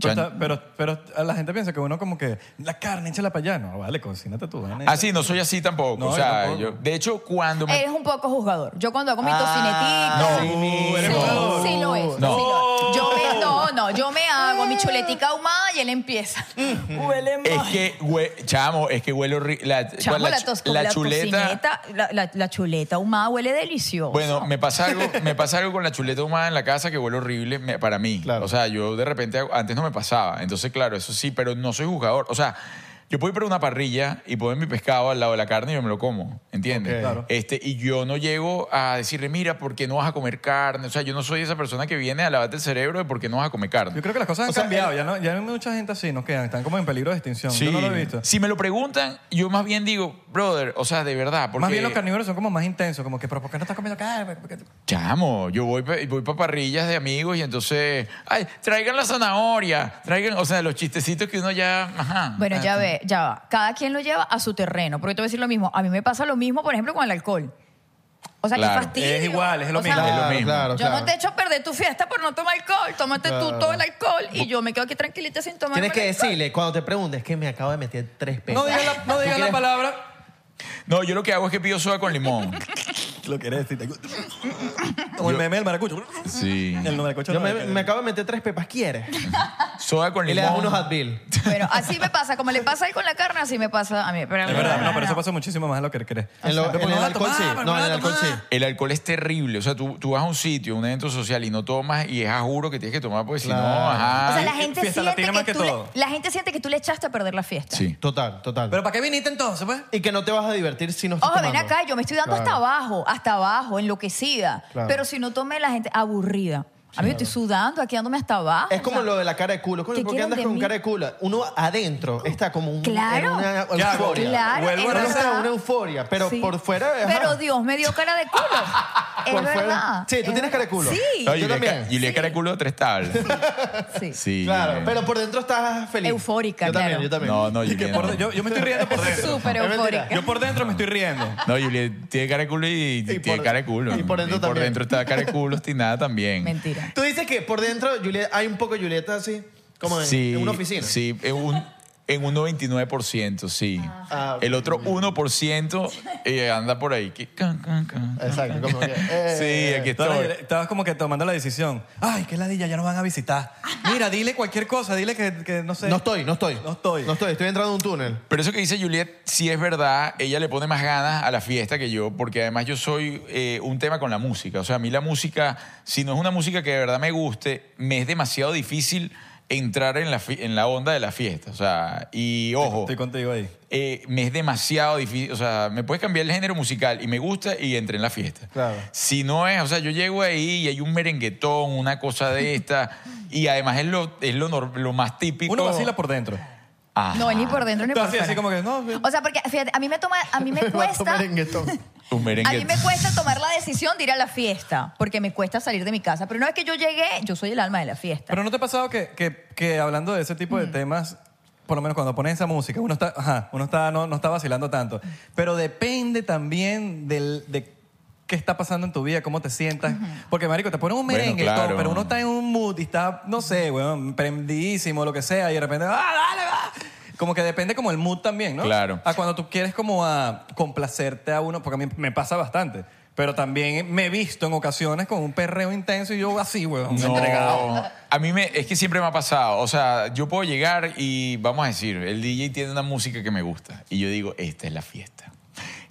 S3: Pero,
S5: Chan-
S3: está- pero, pero a la gente piensa que uno como que, la carne, échala para allá. No, vale, cocínate tú. ven,
S5: Ah, sí, no soy así tampoco.
S3: No,
S5: o sea,
S3: yo tampoco.
S5: yo- de hecho, cuando me...
S6: Eres un poco juzgador. Yo cuando hago mi
S5: Ah,
S6: tocinetica...
S5: no.
S3: Uh, eres
S6: Sí,
S3: juzgador.
S6: sí lo es.
S5: No. Ah.
S6: sí lo es. Yo me, no, no, yo me hago mi chuletica ahumada y él empieza. Huele mal.
S5: Es que, hue- chamo, es que huele horrible. La,
S6: Chamo,
S5: la
S6: la,
S5: chu-
S6: tos-
S5: la
S6: la
S5: chuleta.
S6: tocineta, la, la- la chuleta ahumada huele delicioso.
S5: Bueno, me pasa algo, me pasa algo con la chuleta humada en la casa que huele horrible me- para mí.
S4: Claro.
S5: O sea, yo de repente hago- antes no me pasaba. Entonces, claro, eso sí, pero no soy jugador. O sea, yo puedo ir para una parrilla y poner mi pescado al lado de la carne y yo me lo como, ¿entiendes?
S4: Ok.
S3: Claro.
S5: Este, y yo no llego a decirle, mira, ¿por qué no vas a comer carne? O sea, yo no soy esa persona que viene a lavarte el cerebro de por qué no vas a comer carne.
S3: Yo creo que las cosas han
S5: O sea,
S3: cambiado. Ya no, ya no hay mucha gente así, nos quedan. Están como en peligro de extinción.
S5: Sí.
S3: Yo no lo he visto.
S5: Si me lo preguntan, yo más bien digo, brother, o sea, de verdad. Porque
S3: Más bien los carnívoros son como más intensos. Como que, pero ¿por qué no estás comiendo carne? ¿Por qué te-
S5: Chamo, yo voy, pa- voy para parrillas de amigos y entonces, ay, traigan la zanahoria, traigan, o sea, los chistecitos que uno ya, ajá.
S6: Bueno, ya
S5: Ah,
S6: ve, ya va. Cada quien lo lleva a su terreno. Porque te voy a decir lo mismo. A mí me pasa lo mismo, por ejemplo, con el alcohol. O sea,
S5: Claro.
S6: qué fastidio.
S3: Es igual, es lo
S6: O sea,
S3: mismo.
S5: Es lo mismo.
S4: claro,
S6: Yo no
S4: claro.
S6: te echo a perder tu fiesta por no tomar alcohol. Tómate tú
S4: Claro.
S6: todo el alcohol y yo me quedo aquí tranquilita sin tomar
S4: Tienes que
S6: alcohol.
S4: decirle, cuando te preguntes, que me acabo de meter tres pesos.
S3: No digas la, no
S4: ¿Tú
S3: digas la
S4: quieres-
S3: palabra.
S5: No, yo lo que hago es que pido soda con limón.
S3: Lo querés decir. te- Como el meme del maracucho.
S5: Sí.
S3: El maracucho.
S4: Yo
S3: no,
S4: me,
S3: el-
S4: me acabo de meter tres pepas, ¿quieres?
S5: Soda con
S4: Y le das
S5: limón.
S4: unos Advil.
S6: Bueno, así me pasa. Como le pasa a él con la carne, así me pasa a mí. Pero,
S3: Es verdad, no, pero eso pasa muchísimo más de lo que crees.
S4: En, lo-
S3: Ah, Pero
S4: en
S3: no
S4: el
S3: la
S4: alcohol
S3: tomaba,
S4: sí.
S3: pero
S4: No, en
S3: la
S4: el alcohol sí.
S3: tomaba.
S5: El alcohol es terrible, o sea, tú, tú vas a un sitio, un evento social y no tomas y es a juro que tienes que tomar porque si no,
S4: Claro.
S5: ajá.
S6: O sea, la
S3: y
S6: gente,
S3: fiesta
S6: siente
S3: latina más
S6: que
S3: que
S6: tú le,
S3: todo.
S6: la gente siente que tú le echaste a perder la fiesta.
S5: Sí.
S4: Total, total.
S3: Pero ¿para qué viniste entonces, pues?
S4: y que no te vas a divertir si no estás
S6: Ojo, ven
S4: tomando.
S6: acá, yo me estoy dando hasta
S4: Claro.
S6: abajo, hasta abajo, enloquecida.
S4: Claro.
S6: Pero si no tomé la gente aburrida. A mí yo estoy sudando, aquí dándome hasta abajo.
S4: Es como
S6: o sea,
S4: lo de la cara de culo. Coño,
S6: ¿qué
S4: ¿Por qué
S6: quieren
S4: andas
S6: de
S4: con
S6: mí? Eh,
S4: cara de culo? Uno adentro está como un,
S6: Claro.
S4: en una
S3: ¿Qué hago?
S4: euforia.
S6: Claro,
S3: Vuelvo
S6: es
S3: a
S4: Uno
S3: rezar.
S4: está en
S6: verdad.
S4: una euforia, pero
S6: Sí.
S4: por fuera... ajá.
S6: Pero Dios me dio cara de culo. es
S4: Por
S6: verdad.
S4: fuera- Sí, tú
S6: es
S4: tienes cara de culo.
S6: Sí.
S5: No,
S4: yo
S5: Julia,
S4: también.
S5: ca- Julia Caraculo de tres tablas.
S6: sí.
S5: Sí.
S4: Claro, pero por dentro estás feliz.
S6: Eufórica,
S4: yo
S6: claro.
S4: También, yo también.
S5: No, no, Julia.
S3: Que por
S5: no.
S3: de- yo, yo me estoy riendo por dentro.
S6: Súper
S4: Es mentira.
S6: eufórica.
S3: Yo por dentro me estoy riendo.
S5: No, Julia tiene cara de culo y,
S4: por-
S5: tiene cara de culo.
S4: y por dentro
S5: por
S4: también.
S5: dentro está cara de culo obstinada también.
S6: Mentira.
S4: Tú dices que por dentro Juliet, hay un poco de Julieta así, como en,
S5: Sí,
S4: en una oficina.
S5: Sí, en un, en un 99%, sí.
S4: Ah,
S5: El otro 1% eh, anda por ahí. que can, can, can, can.
S4: Exacto, como que... eh,
S5: Sí, aquí
S3: Estabas,
S5: estoy.
S3: estabas como que tomando la decisión. Ay, qué ladilla, ya nos van a visitar. Mira, dile cualquier cosa, dile que, que no sé.
S4: No estoy, no estoy.
S3: No estoy.
S4: No estoy, estoy entrando en un túnel.
S5: Pero eso que dice Juliet, sí es verdad, ella le pone más ganas a la fiesta que yo, porque además yo soy eh, un tema con la música. O sea, a mí la música, si no es una música que de verdad me guste, me es demasiado difícil entrar en la, fi- en la onda de la fiesta. O sea, y ojo.
S3: Estoy contigo ahí.
S5: eh, me es demasiado difícil. O sea, me puedes cambiar el género musical y me gusta y entré en la fiesta.
S4: Claro.
S5: Si no es, o sea, yo llego ahí y hay un merenguetón, una cosa de esta. y además es lo, es lo, nor- lo más típico. Ah,
S3: Uno vacila por dentro.
S5: Ajá.
S6: No, ni por dentro ni por
S3: Entonces, así
S6: fuera.
S3: como que, no,
S6: O sea, porque fíjate, a mí me toma, a mí me cuesta,
S5: Un
S6: a
S5: merenguetón.
S6: mí me cuesta tomar la decisión de ir a la fiesta, porque me cuesta salir de mi casa. Pero una vez que yo llegué, yo soy el alma de la fiesta.
S3: Pero ¿no te ha pasado que, que- que hablando de ese tipo de temas, por lo menos cuando pones esa música, uno está, ajá, uno está, no, no está vacilando tanto? Pero depende también del, de qué está pasando en tu vida, cómo te sientas. Porque, marico, te ponen un
S5: Bueno,
S3: merengue y
S5: claro.
S3: todo, pero uno está en un mood y está, no sé, weón, prendidísimo, lo que sea, y de repente, ¡ah, dale, va! Como que depende como el mood también, ¿no?
S5: Claro.
S3: A cuando tú quieres como a complacerte a uno, porque a mí me pasa bastante. Pero también me he visto en ocasiones con un perreo intenso y yo así, weón,
S5: No.
S3: entregado.
S5: A mí me, es que siempre me ha pasado. O sea, yo puedo llegar y vamos a decir, el DJ tiene una música que me gusta. Y yo digo, esta es la fiesta.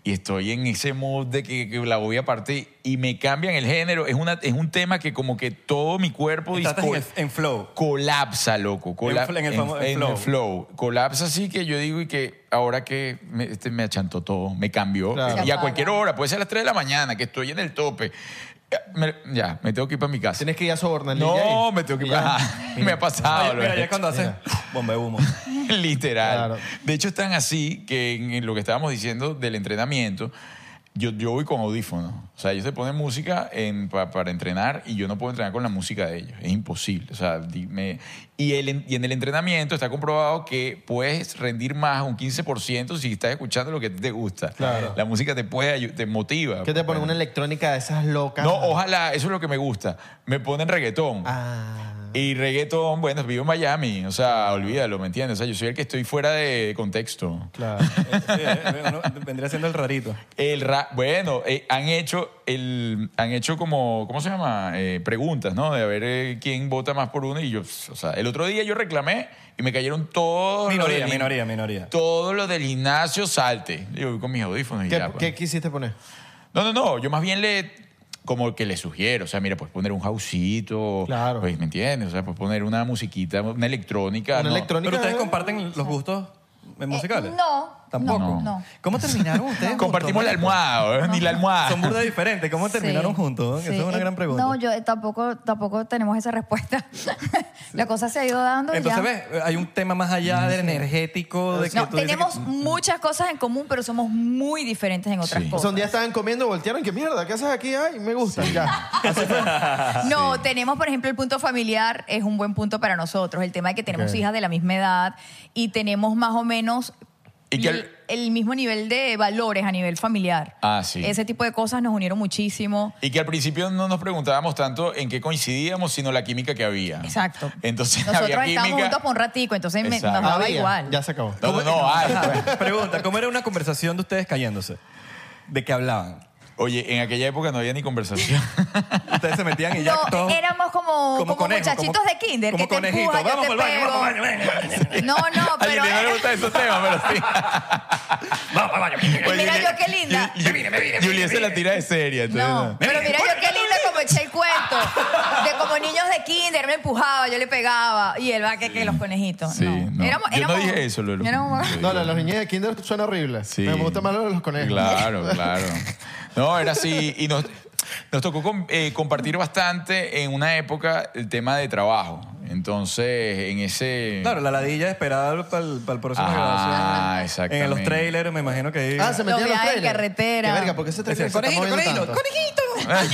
S5: Y estoy en ese mood de que, que la voy a partir y me cambian el género. Es, una, es un tema que como que todo mi cuerpo
S3: Estás Ah, en,
S5: disco-
S3: el- en flow.
S5: colapsa, loco. cola-
S3: En fl- en el famo- en flow.
S5: flow. Colapsa así que yo digo y que ahora que me, este, me achantó todo, me cambió.
S4: Claro.
S5: Y
S6: Se
S5: a
S6: apaga.
S5: cualquier hora, puede ser a las 3 de la mañana, que estoy en el tope. Ya, me, ya, me tengo que ir para mi casa.
S4: Tienes que ir a sobornar al DJ.
S5: No, me tengo que
S4: Y ya.
S5: Ajá, Me ha pasado.
S3: Oye,
S5: lo
S3: mira,
S5: he
S3: Ah, ya
S5: hecho.
S3: cuando haces bomba de humo. Eh,
S5: Literal.
S4: Claro.
S5: De hecho, están así que en, en lo que estábamos diciendo del entrenamiento, yo, yo voy con audífonos. O sea, ellos te ponen música en- pa- para entrenar y yo no puedo entrenar con la música de ellos. Es imposible. O sea, dime- y, el en- y en el entrenamiento está comprobado que puedes rendir más un 15% si estás escuchando lo que te gusta.
S4: Claro.
S5: La música te puede ayu- te motiva. pues.
S4: ¿Qué te ponen? Una electrónica de esas locas.
S5: No, ojalá, eso es lo que me gusta. Me ponen reggaetón.
S4: Ah.
S5: Y reggaetón, bueno, vivo en Miami. O sea, olvídalo, ¿me entiendes? O sea, yo soy el que estoy fuera de contexto.
S3: Claro. Eh, sí, eh, uno vendría siendo el rarito.
S5: El ra- bueno, eh, han hecho el han hecho como ¿cómo se llama? Eh, preguntas, ¿no? De a ver eh, quién vota más por uno y yo, pss, o sea, el otro día yo reclamé y me cayeron todos los
S3: Minoría,
S5: del-
S3: minoría, minoría.
S5: Todo lo del gimnasio salte. Yo voy con mis audífonos y
S4: ¿Qué,
S5: ya. pues.
S4: qué quisiste poner?
S5: No, no, no, yo más bien le como que le sugiero, o sea, mira, pues poner un jausito,
S4: Claro.
S5: pues, ¿me entiendes? O sea, pues poner una musiquita, una electrónica,
S4: Una
S5: ¿no?
S4: electrónica.
S3: Pero ustedes
S4: ¿eh?
S3: comparten los gustos eh, musicales.
S6: no,
S3: Tampoco.
S5: no,
S6: no.
S3: ¿Cómo terminaron ustedes? juntos?
S5: Compartimos la almohada, ¿eh? ni la almohada.
S3: Son burda diferentes. ¿Cómo terminaron
S6: Sí,
S3: juntos?
S6: sí.
S3: Esa es una
S6: Eh,
S3: gran pregunta.
S6: No, yo eh, tampoco, tampoco tenemos esa respuesta. La cosa Pues, se ha ido dando. y
S3: Entonces,
S6: ya.
S3: ¿ves? Eh, Hay un tema más allá del energético. De que
S6: No,
S3: tú dices que- mm,
S6: tenemos muchas cosas en común, pero somos muy diferentes en otras
S5: Sí.
S4: O
S6: cosas.
S4: sea, un día estaban comiendo, voltearon, que mierda, ¿qué haces aquí? Ay, me gusta, ya.
S6: No, tenemos, por ejemplo, el punto familiar es un buen punto para nosotros. El tema de que tenemos
S4: Ok.
S6: hijas de la misma edad y tenemos más o menos
S5: Y que
S6: el,
S5: al-
S6: el mismo nivel de valores a nivel familiar.
S5: Ah, sí.
S6: Ese tipo de cosas nos unieron muchísimo.
S5: Y que al principio no nos preguntábamos tanto en qué coincidíamos, sino la química que
S3: Ah.
S5: había.
S6: Exacto.
S5: Entonces
S6: Nosotros
S5: había
S6: estábamos
S5: química.
S6: juntos por un ratico, entonces me-
S5: Exacto.
S6: nos daba
S4: Había,
S6: igual.
S4: Ya se acabó.
S5: No, no, no, hay, pues.
S3: Pregunta, ¿cómo era una conversación de ustedes cayéndose? ¿De qué hablaban?
S5: Oye, en aquella época no había ni conversación.
S3: Ustedes se metían y ya
S6: No,
S3: todos-
S6: éramos como- como muchachitos de kinder,
S3: como
S6: que te
S3: conejitos.
S6: empuja, yo
S3: vamos
S6: te
S3: por el baño,
S6: pego.
S3: vamos por el baño, ven, ven.
S6: No, no,
S5: A
S6: pero.
S5: Yelena no le gustan esos temas, pero sí.
S3: Vamos por el baño.
S6: Y mira yo qué linda.
S5: Yul- Juliet se la tira de seria. entonces,
S6: No, pero mira yo qué lindo como eché el cuento. De como niños de kinder, me empujaba, yo le pegaba. Y él va que, que los conejitos.
S5: Sí, no.
S6: Éramos,
S5: Yo
S6: éramos-
S5: no dije eso, Lolo.
S6: éramos-
S4: No, no, los niños de kinder suena horrible.
S5: Sí.
S4: Me gusta más lo de los conejos.
S5: Claro, claro. No, era así. Y nos, nos tocó com- eh, compartir bastante en una época el tema de trabajo. Entonces, en ese.
S3: Claro, la ladilla esperada para el, próximo
S5: Ajá,
S3: grabación.
S5: Ah, exactamente.
S3: En los trailers, me imagino que ahí.
S4: Ah, se
S6: Los
S4: metían en los
S6: viajes en
S4: trailers.
S6: carretera.
S4: Qué verga, porque ese trailer
S3: Decían,
S4: se está
S3: conejito,
S4: moviendo
S3: conejito,
S4: tanto.
S3: conejito.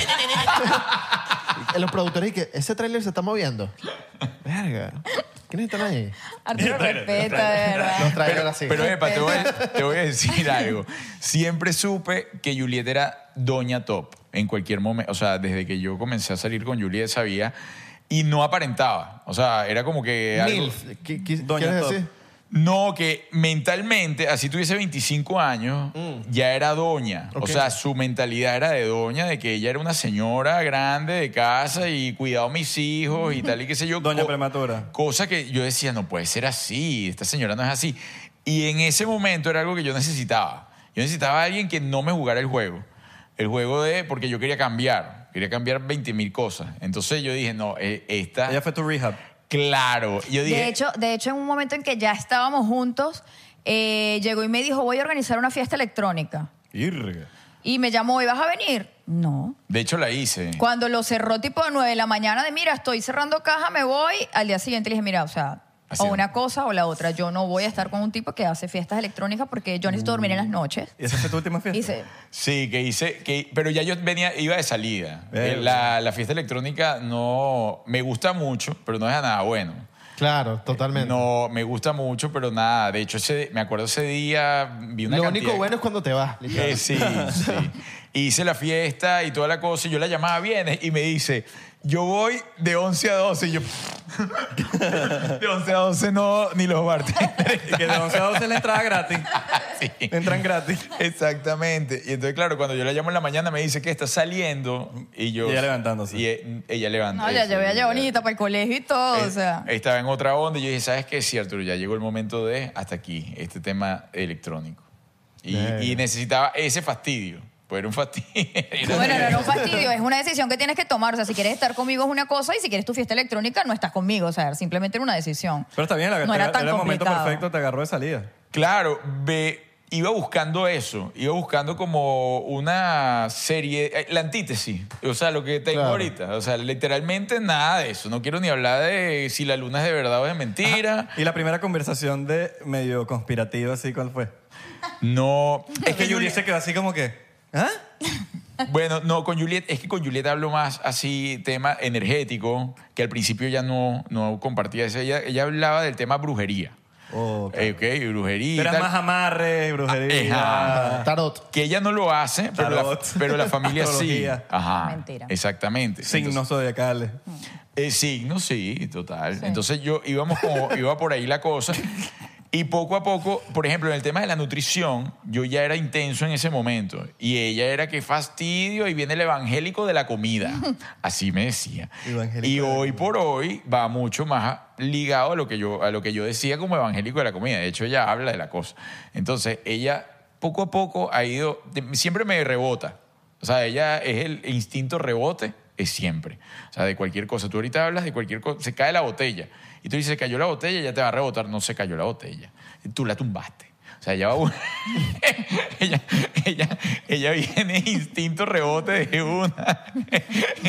S4: Eh, Los productores y que ese trailer se está moviendo. Verga. ¿Quiénes están ahí?
S6: Arturo, respeto, de
S4: Los
S6: verdad.
S4: trailers así.
S5: Pero,
S3: eh,
S5: Epa, te voy, a, te voy a decir algo. Siempre supe que Juliet era doña top en cualquier momento. O sea, desde que yo comencé a salir con Juliet sabía y no aparentaba. O sea, era como que... algo-
S4: Milf. ¿Qué, qué-
S3: Doña
S4: ¿Quieres
S3: Top.
S4: decir?
S5: No, que mentalmente, así tuviese 25 años,
S3: Mm.
S5: ya era doña. O
S4: Ok.
S5: sea, su mentalidad era de doña, de que ella era una señora grande de casa y cuidado a mis hijos y tal y qué sé yo.
S3: Doña
S6: Oh.
S5: Co-
S3: prematura.
S5: Cosa que yo decía, no puede ser así, esta señora no es así. Y en ese momento era algo que yo necesitaba. Yo necesitaba a alguien que no me jugara el juego. El juego de, porque yo quería cambiar, quería cambiar 20 mil cosas. Entonces yo dije, no, eh, esta,
S3: Ella fue tu rehab.
S5: claro. Yo dije,
S6: De hecho, de hecho, en un momento en que ya estábamos juntos, eh, llegó y me dijo, voy a organizar una fiesta electrónica.
S3: Irga.
S6: Y me llamó, ¿y vas a venir? No.
S5: de hecho la hice.
S6: Cuando lo cerró tipo 9 de la mañana de, mira, estoy cerrando caja, me voy, al día siguiente le dije, mira, o sea,
S5: Así
S6: o
S5: es.
S6: una cosa o la otra, yo no voy a estar con un tipo que hace fiestas electrónicas porque yo necesito dormir en
S5: Uh.
S6: las noches.
S3: ¿Y esa fue tu última fiesta?
S6: Y se-
S5: Sí, que hice, que, pero ya yo venía, iba de salida.
S3: Verga.
S5: Eh, La, la fiesta electrónica no me gusta mucho, pero no es nada bueno.
S3: Eh,
S4: Claro, totalmente.
S5: No, me gusta mucho, pero nada. De hecho, ese, me acuerdo ese día vi una
S4: Lo
S5: cantidad-
S4: único bueno es cuando te vas. literal.
S5: Eh, sí, sí. Hice la fiesta y toda la cosa y yo la llamaba bien y me dice, yo voy de 11 a 12 y yo... de 11 a 12 no, ni los bartenders.
S3: Y que de 11 a 12 la entrada gratis.
S5: Sí.
S3: Entran gratis.
S5: Exactamente. Y entonces, claro, cuando yo la llamo en la mañana me dice que está saliendo y yo...
S3: Y ella levantándose.
S5: Y e- ella
S6: no,
S5: levantándose.
S6: ya llevé a Giovanita para el colegio y todo,
S5: Eh,
S6: o sea.
S5: Estaba en otra onda y yo dije, ¿sabes qué? Sí, Arturo, ya llegó el momento de hasta aquí, este tema electrónico. Y,
S4: Verga.
S5: y necesitaba ese fastidio. Pues era un fastidio. Era-
S6: Bueno, no, no, un fastidio, es una decisión que tienes que tomar. O sea, si quieres estar conmigo es una cosa y si quieres tu fiesta electrónica no estás conmigo. O sea, simplemente era una decisión.
S3: Pero está bien, la,
S6: No
S3: te-
S6: era tan
S3: el momento
S6: complicado.
S3: perfecto, te agarró de salida.
S5: Claro, ve- iba buscando eso, iba buscando como una serie, eh, la antítesis, o sea, lo que tengo
S4: Claro.
S5: ahorita, o sea, literalmente nada de eso, no quiero ni hablar de si la luna es de verdad o es de mentira,
S3: Y la primera conversación de medio conspirativa, así, ¿cuál fue?
S5: no,
S3: Es que Yuri se quedó así como que, ¿ah?
S5: Bueno, no, con Juliet, es que con Juliet hablo más así, tema energético, que al principio ya no, no compartía eso. Ella, ella hablaba del tema brujería.
S3: Oh,
S5: Eh, Ok, brujería. y
S3: Era
S5: tal.
S3: más amarre, brujería.
S5: Ajá.
S4: Tarot.
S5: que ella no lo hace, pero la,
S3: Tarot.
S5: pero la familia sí.
S3: Astrología.
S5: Ajá.
S6: Mentira.
S5: Exactamente.
S3: signos
S5: Entonces,
S3: zodiacales.
S5: Eh, signos, sí, total. Entonces yo íbamos como, iba por ahí la cosa. Y poco a poco, por ejemplo, en el tema de la nutrición, yo ya era intenso en ese momento. Y ella era que fastidio y viene el evangélico de la comida. Así me decía.
S4: Evangélico
S5: Y
S4: de la
S5: hoy por hoy va mucho más a- ligado a lo que yo, a lo que yo decía como evangélico de la comida. De hecho, ella habla de la cosa. Entonces, ella poco a poco ha ido. de- Siempre me rebota. O sea, ella es el instinto rebote, es siempre. O sea, de cualquier cosa. Tú ahorita hablas de cualquier cosa. Se cae la botella. Y tú dices, se cayó la botella, ya te va a rebotar. No se cayó la botella. Tú la tumbaste. O sea, ella va. bu- ella, ella, ella viene instinto rebote de una.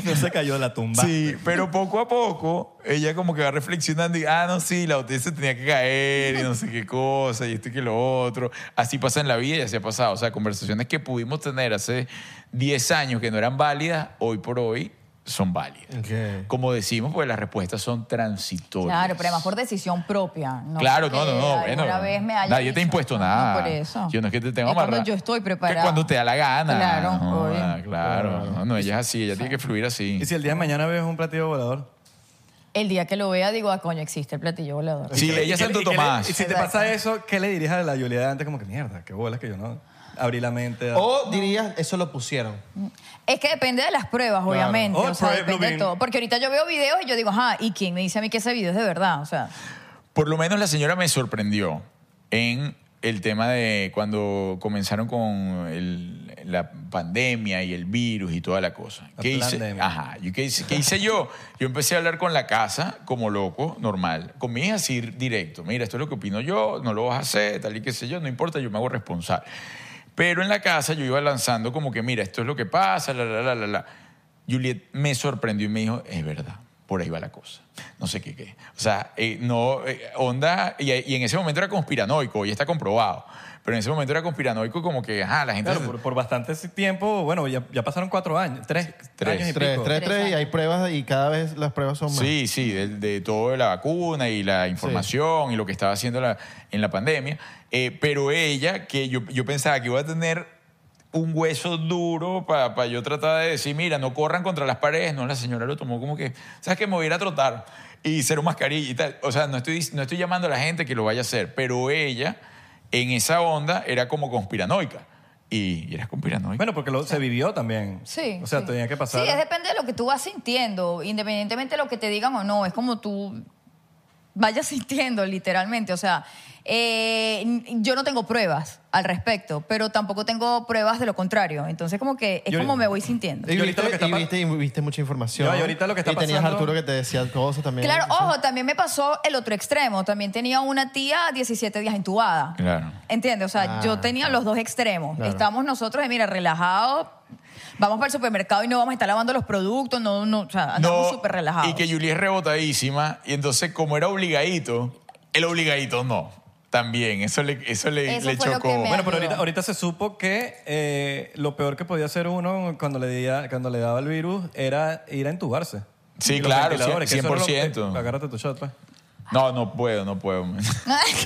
S3: No se cayó de la tumba.
S5: Sí, pero poco a poco ella como que va reflexionando y, ah, no, sí, la botella se tenía que caer y no sé qué cosa y esto y que lo otro. Así pasa en la vida y así ha pasado. O sea, conversaciones que pudimos tener hace 10 años que no eran válidas, hoy por hoy son válidas.
S4: Ok.
S5: Como decimos, pues las respuestas son transitorias.
S6: Claro, pero además por decisión propia. No
S5: Claro,
S6: que
S5: no, no, no.
S6: alguna
S5: bueno,
S6: vez me haya
S5: nadie te ha
S6: dicho,
S5: impuesto
S6: no,
S5: nada.
S6: no, por eso.
S5: Yo no es que te tengo
S6: Es cuando
S5: amarrado.
S6: yo estoy
S5: Que
S6: preparada.
S5: cuando te da la gana.
S6: Claro,
S5: No,
S6: obvio.
S5: ah, claro. No, no, ella es así, ella tiene que fluir así.
S3: ¿Y si el día de mañana ves un platillo volador?
S6: El día que lo vea digo, ah, coño, existe el platillo volador.
S5: Sí,
S3: ¿Y qué-
S5: ella
S3: y
S5: es
S3: qué-
S5: Santo
S3: y qué le-
S5: Tomás.
S3: Y si te
S6: Exacto.
S3: pasa eso, ¿qué le dirías a la Julia de antes? Como que mierda, qué bolas que yo no abrí la mente. a-
S4: O dirías, eso lo pusieron.
S6: Es que depende de las pruebas, obviamente.
S3: Oh,
S6: o sea,
S3: prueba
S6: depende de
S3: Bluebeam.
S6: todo. Porque ahorita yo veo videos y yo digo, ajá, ¿y quién me dice a mí que ese video es de verdad? O sea,
S5: Por lo menos la señora me sorprendió en el tema de cuando comenzaron con el- la pandemia y el virus y toda la cosa.
S3: La
S5: ¿Qué hice?
S3: plandemia.
S5: Ajá. ¿Y qué, hice, qué hice yo? Yo empecé a hablar con la casa como loco, normal. Con mi hija así directo. Mira, esto es lo que opino yo, no lo vas a hacer, tal y qué sé yo, no importa, yo me hago responsable. Pero en la casa yo iba lanzando como que, mira, esto es lo que pasa, la, la, la, la, la. Juliet me sorprendió y me dijo, es verdad, por ahí va la cosa. No sé qué, qué. O sea, eh, no, eh, onda, y, y en ese momento era conspiranoico, y está comprobado. Pero en ese momento era conspiranoico como que, ajá, la gente...
S3: Claro,
S5: se-
S3: por, por bastante tiempo, bueno, ya, ya pasaron cuatro años, tres,
S5: Tres.
S3: años y
S4: Tres,
S3: pico.
S4: tres, tres, y hay pruebas y cada vez las pruebas son más.
S5: Sí, sí, de, de todo de la vacuna y la información y lo que estaba haciendo la- en la pandemia. Eh, pero ella, que yo, yo pensaba que iba a tener un hueso duro para yo tratar de decir, mira, no corran contra las paredes. No, la señora lo tomó como que, ¿sabes qué? Me voy a ir a trotar y cero mascarilla y tal. O sea, no estoy, dic- no estoy llamando a la gente que lo vaya a hacer, pero ella en esa onda era como conspiranoica. Y, y era conspiranoica.
S3: Bueno, porque lo- se vivió también.
S6: sí.
S3: O sea,
S6: sí.
S3: tenía que pasar.
S6: Sí, es depende de lo que tú vas sintiendo, independientemente de lo que te digan o no. Es como tú vayas sintiendo, literalmente. O sea, eh, n- yo no tengo pruebas al respecto, pero tampoco tengo pruebas de lo contrario. Entonces, como que es
S3: Yo-
S6: como me voy sintiendo.
S4: Y,
S3: Y ahorita
S4: viste,
S3: lo que está
S4: y
S3: pa-
S4: viste- y viste mucha información.
S3: No, y ahorita lo que está
S4: Y tenías a
S3: pasando-
S4: Arturo que te decía cosas también.
S6: Claro,
S4: Sí.
S6: ojo, también me pasó el otro extremo. También tenía una tía 17 días intubada.
S5: Claro.
S6: ¿Entiendes? O sea,
S4: Ah,
S6: yo tenía los dos extremos.
S4: Claro.
S6: Estamos nosotros de, mira, relajados, vamos para el supermercado y no vamos a estar lavando los productos, no, no, o sea, andamos súper relajados.
S5: Y que Julie es rebotadísima. Y entonces, como era obligadito, el obligadito no. También. Eso le, eso le,
S6: Eso
S5: le
S6: fue lo
S5: chocó.
S6: que me-
S3: Bueno, pero
S6: ayudó.
S3: ahorita, ahorita se supo que eh, lo peor que podía hacer uno cuando le, día- cuando le daba el virus era ir a entubarse.
S5: Sí,
S3: Y los
S5: claro,
S3: ventiladores, que eso era lo-
S5: 100%.
S3: eh, agárrate tu shot, pues.
S5: no, no puedo, no puedo.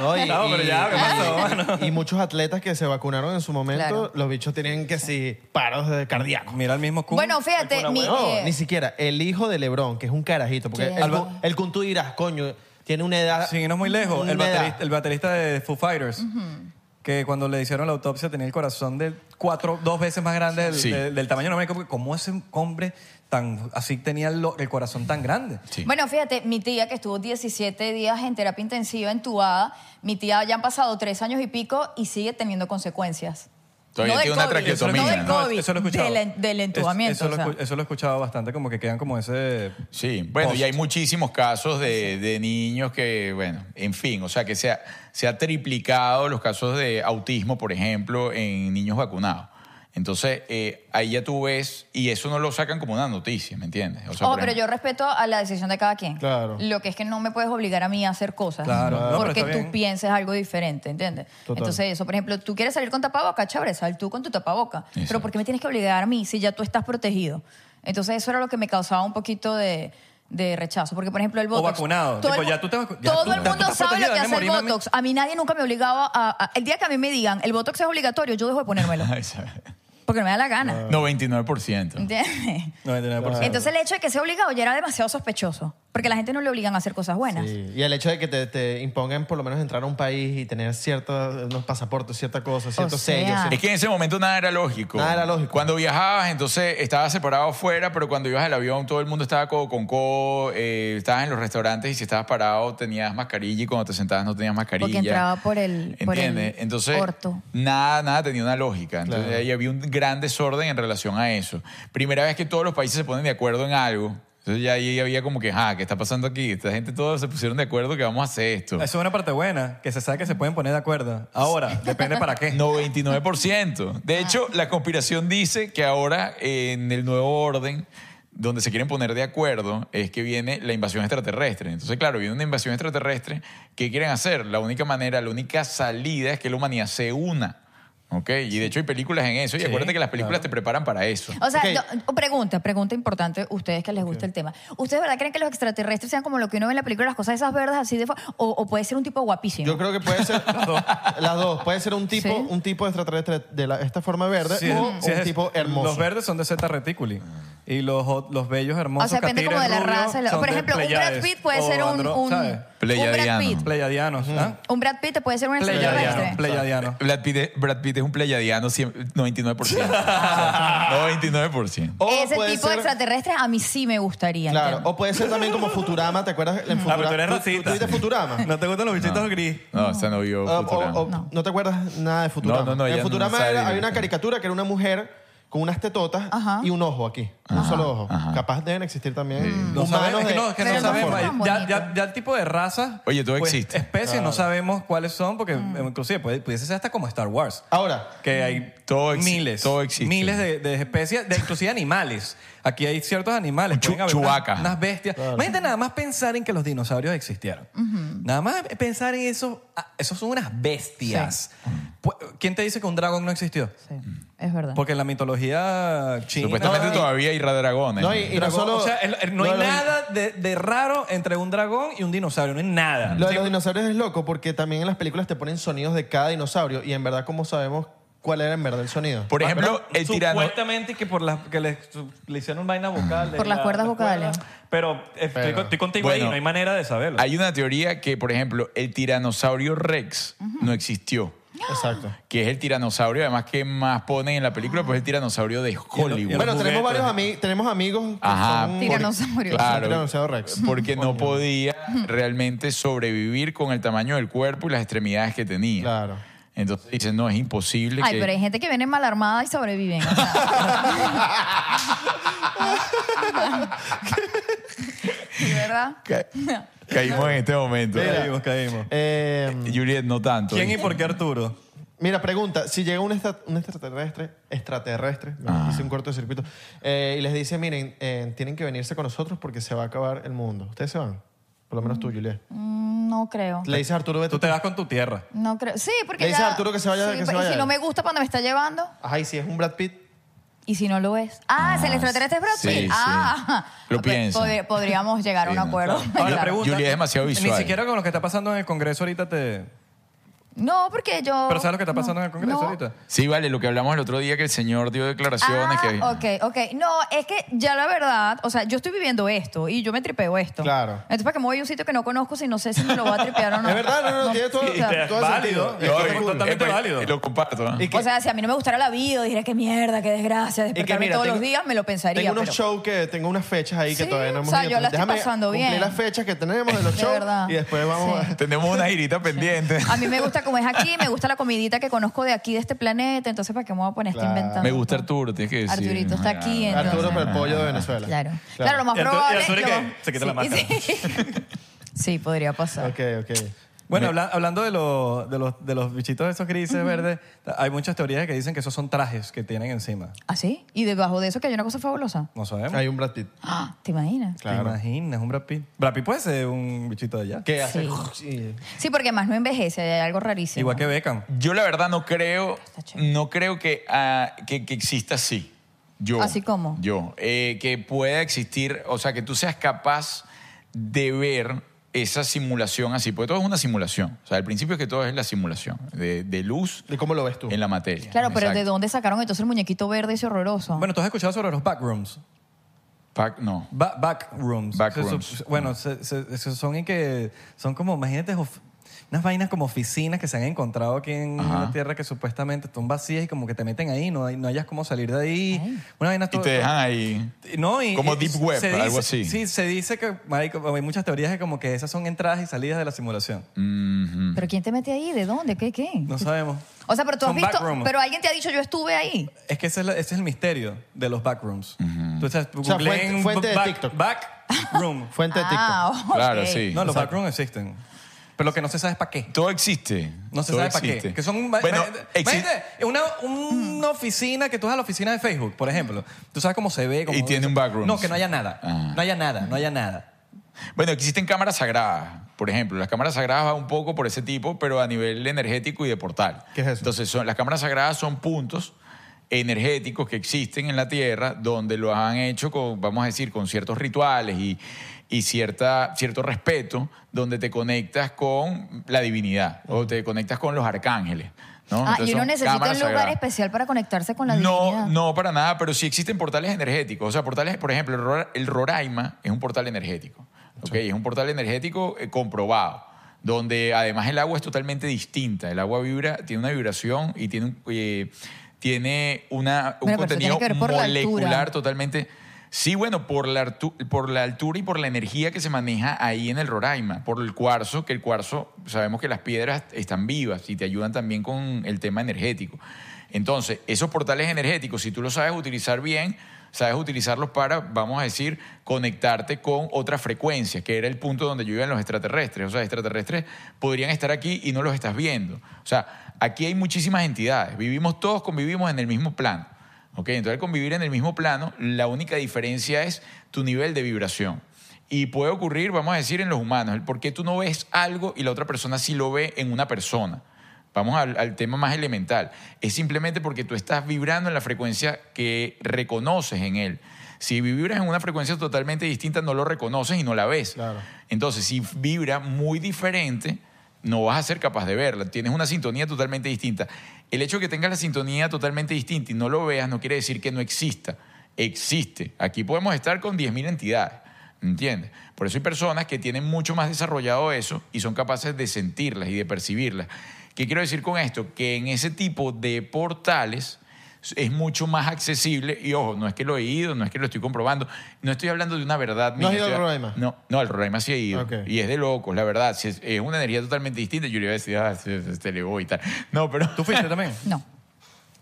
S4: No, y,
S3: No, pero
S4: y-
S3: ya, ¿qué pasó,
S4: y muchos atletas que se vacunaron en su momento,
S6: Claro.
S4: los bichos tenían que sí, paros de cardíaco.
S3: Mira el mismo Kun.
S6: bueno, fíjate, mi,
S4: No,
S6: eh,
S4: ni siquiera. El hijo de Lebrón, que es un carajito. Porque
S6: ¿Qué?
S4: el, Kun- el Kun tú dirás, coño, tiene una
S6: Ah,
S4: edad.
S3: Sin irnos muy lejos, el
S4: una edad.
S3: baterista, el baterista de Foo Fighters, que cuando le hicieron la autopsia tenía el corazón de cuatro, dos veces más grande del,
S5: Sí.
S3: del- del tamaño normal. Como que, ¿Cómo ese hombre tan así tenía el, el corazón tan grande?
S5: Sí.
S6: Bueno, fíjate, mi tía que estuvo 17 días en terapia intensiva entubada, mi tía ya han pasado tres años y pico y sigue teniendo consecuencias.
S5: Todavía
S6: no del
S5: tiene una
S6: COVID,
S5: traqueotomía.
S6: No del
S3: No,
S6: COVID,
S3: eso lo he escuchado.
S6: del, en- del entubamiento.
S3: Eso, eso lo,
S6: o sea.
S3: he escu- eso lo he escuchado bastante, como que quedan como ese...
S5: Sí, bueno, y hay muchísimos casos de, de niños que, bueno, en fin, o sea, que se ha, se ha triplicado los casos de autismo, por ejemplo, en niños vacunados. Entonces, eh, ahí ya tú ves, y eso no lo sacan como una noticia, ¿me entiendes? O sea,
S6: Ojo,
S5: por
S6: Oh, pero
S5: ejemplo-
S6: yo respeto a la decisión de cada quien.
S4: Claro.
S6: Lo que es que no me puedes obligar a mí a hacer cosas.
S3: Claro, no, pero
S6: Porque
S3: está
S6: tú
S3: bien.
S6: pienses algo diferente, ¿entiendes?
S4: Total.
S6: Entonces, eso, por ejemplo, tú quieres salir con tapaboca, chévere, sal tú con tu tapaboca.
S5: Exacto.
S6: Pero ¿por qué me tienes que obligar a mí si ya tú estás protegido? Entonces, eso era lo que me causaba un poquito de de rechazo, porque por ejemplo el Botox.
S3: vacunado.
S6: Todo
S3: Tipo,
S6: el,
S3: ya tú te vacu- ya
S6: todo
S3: tú-
S6: el
S3: ya tú
S6: mundo
S3: estás
S6: sabe lo
S3: protegido, déjame
S6: que hace el
S3: morirme a mí.
S6: Botox. A mí nadie nunca me obligaba a, a- El día que a mí me digan, el Botox es obligatorio, yo dejo de ponérmelo. porque no me da la gana.
S5: 99%.
S6: ¿Entiendes?
S3: 99%.
S6: Entonces el hecho de que sea obligado ya era demasiado sospechoso, porque la gente no le obligan a hacer cosas buenas.
S4: Sí, Y el hecho de que te, te impongan por lo menos entrar a un país y tener ciertos unos pasaportes, ciertas cosas, ciertos
S6: sea.
S4: sellos.
S5: Es
S4: ciertos-
S5: que en ese momento nada era lógico.
S4: Nada era lógico.
S5: Cuando viajabas, entonces estabas separado afuera, pero cuando ibas al avión todo el mundo estaba codo con codo, eh, estabas en los restaurantes y si estabas parado tenías mascarilla y cuando te sentabas no tenías mascarilla.
S6: Porque entraba por el- por el
S5: ¿Entiendes? entonces,
S6: orto.
S5: nada, nada tenía una lógica. Entonces
S4: Claro.
S5: ahí había un gran desorden en relación a eso. Primera vez que todos los países se ponen de acuerdo en algo. Entonces ya ahí había como que, ah, ¿qué está pasando aquí? Esta gente todos se pusieron de acuerdo que vamos a hacer esto.
S3: Eso es una parte buena, que se sabe que se pueden poner de acuerdo. Ahora, depende para qué.
S5: 99%. De hecho,
S4: Ah.
S5: la conspiración dice que ahora eh, en el nuevo orden, donde se quieren poner de acuerdo, es que viene la invasión extraterrestre. Entonces, claro, viene una invasión extraterrestre. ¿Qué quieren hacer? La única manera, la única salida es que la humanidad se una. ¿Ok? Y de hecho hay películas en eso. Y acuérdate que las películas te preparan para eso.
S6: O sea,
S4: Ok.
S6: no, oh, pregunta, pregunta importante, ustedes que les gusta el tema. ¿Ustedes verdad creen que los extraterrestres sean como lo que uno ve en la película, las cosas esas verdes así de... fa- O, o puede ser un tipo guapísimo?
S4: Yo creo que puede ser las dos. Las dos. Puede ser un tipo,
S6: Sí.
S4: un tipo de extraterrestre de la- esta forma verde
S3: Sí,
S4: o
S3: sí,
S4: un
S3: es-
S4: tipo hermoso.
S3: Los verdes son de Z reticuli. Y los, o- los bellos hermosos.
S6: o sea, depende
S3: catires
S6: como de la
S3: rubios
S6: raza. y la-
S3: son
S6: Por
S3: de
S6: ejemplo, un Brad
S3: Pleiades
S6: Pitt puede
S3: o
S6: ser un...
S3: andro-
S6: un,
S3: ¿sabes?
S6: un Brad
S5: Pleiadiano.
S6: Pitt.
S3: Pleiadianos. ¿ah?
S6: Un Brad Pitt te puede ser un
S3: Pleiadiano.
S6: extraterrestre.
S3: Pleiadiano.
S5: Brad Pitt, es- Brad Pitt es un pleyadiano 100 99%. 99%.
S4: O
S6: Ese
S4: puede
S6: tipo de
S4: ser-
S6: extraterrestres a mí sí me gustaría.
S4: Claro,
S6: ¿entiendes?
S4: o puede ser también como Futurama, ¿te acuerdas? En
S3: Ah, pero tú eres
S4: Futurama- ¿Tú- tú
S3: racista.
S4: viste Futurama?
S3: ¿No te gustan los bichitos gris?
S5: No, esa no vio.
S4: Ah, o-
S5: Futurama.
S4: o-
S6: No.
S4: no te acuerdas nada de Futurama.
S5: No, no, no, ella
S4: en
S5: no
S4: Futurama
S5: sabe
S4: era-
S5: directamente.
S4: había una caricatura que era una mujer con unas tetotas
S6: Ajá.
S4: y un ojo aquí, un solo ojo. Capaz deben existir también
S3: No
S4: humanos
S3: sabemos, es
S4: de-
S3: que no, es que
S6: Pero
S3: no
S6: no
S3: sabemos.
S6: son tan
S3: Ya,
S6: bonitos.
S3: ya- ya el tipo de razas.
S5: Oye, todo existe.
S3: Especies, no sabemos cuáles son, porque
S6: Mm.
S3: eh, inclusive puede- pudiese ser hasta como Star Wars.
S4: Ahora,
S3: Que hay
S5: Todo exi-
S3: miles,
S5: todo existe.
S3: miles de, de especies, de inclusive animales. Aquí hay ciertos animales,
S5: Un chu-
S3: pueden haber unas-
S5: chubaca.
S3: unas, bestias. Imagínate nada más pensar en que los dinosaurios existieron. Nada más pensar en eso, ah, esos son unas bestias. Pu- ¿Quién te dice que un dragón no existió?
S6: Sí, es verdad.
S3: Porque en la mitología china...
S5: Supuestamente
S3: y-
S5: todavía hay dragones.
S4: No, y-
S3: y dragón,
S4: solo-
S3: o sea, el- el- no
S4: lo
S3: hay
S4: de los-
S3: nada de, de raro entre un dragón y un dinosaurio, no hay nada.
S4: Lo de los dinosaurios es loco porque también en las películas te ponen sonidos de cada dinosaurio y en verdad, ¿cómo sabemos cuál era en verdad el sonido?
S5: Por ejemplo, el tirano.
S3: Ah, Supuestamente que por las que le, su- le hicieron vaina vocal. de
S6: Por las
S3: la-
S6: cuerdas vocales.
S3: Pero, eh, estoy,
S4: Pero-
S3: con- estoy contigo ahí,
S5: Bueno.
S3: no hay manera de saberlo.
S5: Hay una teoría que, por ejemplo, el tiranosaurio Rex no existió,
S4: Exacto.
S5: que es el tiranosaurio, además que más ponen en la película, pues el tiranosaurio de Hollywood.
S3: Y los
S4: Bueno,
S3: juguetes.
S4: tenemos varios ami- tenemos amigos que
S5: Ajá.
S4: son-
S5: por-
S6: Tiranosaurio.
S5: Claro.
S4: Tiranosaurio Rex.
S5: Porque no podía realmente sobrevivir con el tamaño del cuerpo y las extremidades que tenía.
S4: Claro.
S5: Entonces dicen, no, es imposible
S6: Ay,
S5: que...
S6: pero hay gente que viene mal armada y sobreviven. o sea. Sí, ¿Verdad?
S5: Ca- Caímos en este momento.
S3: caímos, caímos.
S4: Eh,
S5: Juliet, no tanto.
S3: ¿Quién y por qué Arturo?
S4: mira, pregunta, si llega un, extra- un extraterrestre, extraterrestre,
S3: Ah.
S4: hice un cortocircuito, eh, y les dice, miren, eh, tienen que venirse con nosotros porque se va a acabar el mundo. ¿Ustedes se van? Por lo menos tú, Juliet.
S6: Mm, No creo.
S4: Le dices a Arturo,
S3: Tú
S4: vete.
S3: te vas con tu tierra.
S6: No creo. Sí, porque.
S4: Le dices
S6: ya-
S4: a Arturo que se vaya,
S6: Sí,
S4: que se
S6: pero-
S4: vaya.
S6: Y si no me gusta cuando me está llevando.
S4: Ajá, y si es un Brad Pitt,
S6: Y si no lo es. Ah, es el extraterrestre es Brad
S5: sí,
S6: Pitt?
S5: sí.
S6: Ah,
S5: Lo
S6: Pod-
S5: piensa.
S6: pod- podríamos llegar a un
S5: Sí, no.
S6: acuerdo.
S3: Ahora,
S6: Claro.
S3: pregunta.
S5: Juliet es demasiado visual.
S3: Ni siquiera con lo que está pasando en el Congreso ahorita te...
S6: No, porque yo.
S3: Pero ¿sabes lo que está pasando
S6: no,
S3: en el Congreso
S6: no.
S3: ahorita?
S5: Sí, vale, lo que hablamos el otro día, que el señor dio declaraciones. que...
S6: Ah, ok, ok. No, es que ya la verdad, o sea, yo estoy viviendo esto y yo me tripeo esto.
S4: Claro.
S6: Entonces, ¿para que me voy a un sitio que no conozco si no sé si me lo voy a tripear o no?
S4: Es verdad, no, no, tiene todo-
S6: o sea,
S4: todo el
S3: válido.
S4: sentido.
S3: Y
S5: No,
S3: está
S5: eh,
S3: totalmente
S5: eh,
S3: válido.
S5: eh, Lo comparto. ¿eh?
S4: Y que-
S6: o sea, si a mí no me gustara la vida, diré que mierda, qué desgracia,
S4: y que
S6: despertarme
S4: mira,
S6: todos
S4: tengo-
S6: los días, me lo pensaría.
S4: Tengo unos
S6: pero-
S4: shows que tengo unas fechas ahí que
S6: Sí,
S4: todavía no
S6: o
S4: hemos
S6: sea,
S4: ido,
S6: yo la
S4: pero
S6: estoy
S4: déjame
S6: pasando
S4: cumplir
S6: bien.
S4: las fechas que tenemos de los
S6: De
S4: shows
S6: verdad.
S4: y después vamos
S6: Sí.
S4: a...
S5: Tenemos una girita pendiente.
S6: A mí me gusta como es aquí, me gusta la comidita que conozco de aquí, de este planeta, entonces ¿para qué me voy a poner esto
S4: Claro.
S6: inventando?
S5: Me gusta Arturo, tienes que decir.
S6: Arturito está aquí,
S5: Ah,
S6: entonces.
S4: Arturo para el pollo de Venezuela.
S6: Claro. Claro, lo más
S3: Y Arturo- y
S6: probable...
S3: Arturo
S6: lo-
S3: que se quita la
S6: sí, Sí. Sí, podría pasar.
S4: Ok, ok.
S3: Bueno, habla- hablando de, lo- de los, de los bichitos esos grises, verdes, hay muchas teorías que dicen que esos son trajes que tienen encima.
S6: ¿Ah, sí? ¿Y debajo de eso que hay una cosa fabulosa?
S3: No sabemos.
S4: Hay un Brad Pitt.
S6: Ah, ¿Te imaginas?
S4: Claro.
S3: ¿Te imaginas? Un Brad Pitt. Brad Pitt puede ser un bichito de allá.
S4: Que
S6: Sí.
S4: hace...
S6: Sí, porque más no envejece, hay algo rarísimo.
S3: Igual que Beckham.
S5: Ah. Yo la verdad no creo,
S6: Está chévere.
S5: no creo que, ah, que, que exista así. Yo.
S6: ¿Así cómo?
S5: Yo. Eh, que pueda existir, o sea, que tú seas capaz de ver esa simulación así, porque todo es una simulación. O sea, al principio es que todo es la simulación de, de luz
S4: ¿Y cómo lo ves tú?
S5: en la materia.
S6: Claro, pero
S5: Exacto.
S6: ¿de dónde sacaron entonces el muñequito verde ese horroroso?
S3: Bueno, ¿tú has escuchado sobre los backrooms?
S5: Pac- no.
S3: Ba- backrooms.
S5: Backrooms.
S3: Se- se- bueno, se- se- se- son en que son como, imagínate, of- unas vainas como oficinas que se han encontrado aquí en
S5: Ajá.
S3: la tierra que supuestamente están vacías y como que te meten ahí, no, hay- no hayas cómo salir de ahí.
S6: Ay.
S3: Una vaina
S5: Y
S3: todo-
S5: te dejan ahí.
S3: No, y-
S5: Como
S3: y
S5: deep
S3: se
S5: web,
S3: dice-
S5: algo así.
S3: Sí, se dice que marico, hay muchas teorías que como que esas son entradas y salidas de la simulación.
S5: Mhm.
S6: ¿Pero quién te mete ahí? ¿De dónde? ¿Qué? ¿Qué?
S3: No sabemos.
S6: O sea, pero tú has
S3: Son
S6: visto,
S3: backrooms.
S6: pero alguien te ha dicho yo estuve ahí.
S3: Es que ese es, la- ese es el misterio de los backrooms. Entonces,
S4: sea,
S3: googleen
S4: fuente- fuente de
S3: back-
S4: TikTok.
S3: Backroom.
S4: Fuente de TikTok.
S6: Ah, ok.
S5: Claro, sí.
S3: no, los
S4: Exacto.
S3: backrooms existen. Pero lo que no se sabe es para qué.
S5: Todo existe.
S3: No se
S5: Todo
S3: sabe para
S5: existe.
S3: qué. Que son,
S5: bueno,
S3: imagínate-
S5: exi-
S3: imagínate, una, una oficina que tú vas a la oficina de Facebook, por ejemplo. Tú sabes cómo se ve. cómo-
S5: Y tiene un backroom.
S3: No, que no haya nada.
S5: Ah.
S3: No haya nada, no haya nada.
S5: bueno, existen cámaras sagradas. Por ejemplo, las cámaras sagradas van un poco por ese tipo, pero a nivel energético y de portal.
S4: ¿Qué es eso?
S5: Entonces, son, las cámaras sagradas son puntos energéticos que existen en la Tierra donde lo han hecho, con, vamos a decir, con ciertos rituales y, y cierta, cierto respeto, donde te conectas con la divinidad o te conectas con los arcángeles. ¿no?
S6: Ah,
S5: Entonces,
S6: y uno
S5: son
S6: necesita un
S5: cámaras
S6: lugar
S5: sagradas.
S6: especial para conectarse con la
S5: No,
S6: divinidad.
S5: no, para nada, pero sí existen portales energéticos. O sea, portales, por ejemplo, el Rora- el Roraima es un portal energético. ¿ok? Es un portal energético eh, comprobado, donde además el agua es totalmente distinta. El agua vibra, tiene una vibración y tiene un, eh, tiene una, un
S6: Bueno, pero eso tiene
S5: contenido
S6: que ver por la
S5: molecular
S6: altura.
S5: totalmente. Sí, bueno, por la, artu- por la altura y por la energía que se maneja ahí en el Roraima, por el cuarzo, que el cuarzo, sabemos que las piedras están vivas y te ayudan también con el tema energético. Entonces, esos portales energéticos, si tú los sabes utilizar bien, sabes utilizarlos para, vamos a decir, conectarte con otra frecuencia, que era el punto donde yo iba en los extraterrestres. O sea, extraterrestres podrían estar aquí y no los estás viendo. O sea, aquí hay muchísimas entidades. Vivimos todos, convivimos en el mismo plano. ¿Ok? Entonces, al convivir en el mismo plano, la única diferencia es tu nivel de vibración. Y puede ocurrir, vamos a decir, en los humanos, el por qué tú no ves algo y la otra persona sí lo ve en una persona. Vamos al, al tema más elemental. Es simplemente porque tú estás vibrando en la frecuencia que reconoces en él. Si vibras en una frecuencia totalmente distinta, no lo reconoces y no la ves.
S4: Claro.
S5: Entonces, si vibra muy diferente, no vas a ser capaz de verla. Tienes una sintonía totalmente distinta. El hecho de que tengas la sintonía totalmente distinta y no lo veas no quiere decir que no exista. Existe. Aquí podemos estar con 10.000 entidades. ¿Entiendes? Por eso hay personas que tienen mucho más desarrollado eso y son capaces de sentirlas y de percibirlas. ¿Qué quiero decir con esto? Que en ese tipo de portales es mucho más accesible y ojo, no es que lo he ido, no es que lo estoy comprobando, no estoy hablando de una verdad.
S4: ¿No has
S5: mía,
S4: ido al
S5: estoy-
S4: Roraima?
S5: No, no, al Roraima sí he ido.
S4: Ok.
S5: Y es de locos, la verdad. Si Es, es una energía totalmente distinta. Yo le iba a decir, ah, se, se- se elevó y tal. No, pero...
S3: ¿Tú fuiste también?
S6: No.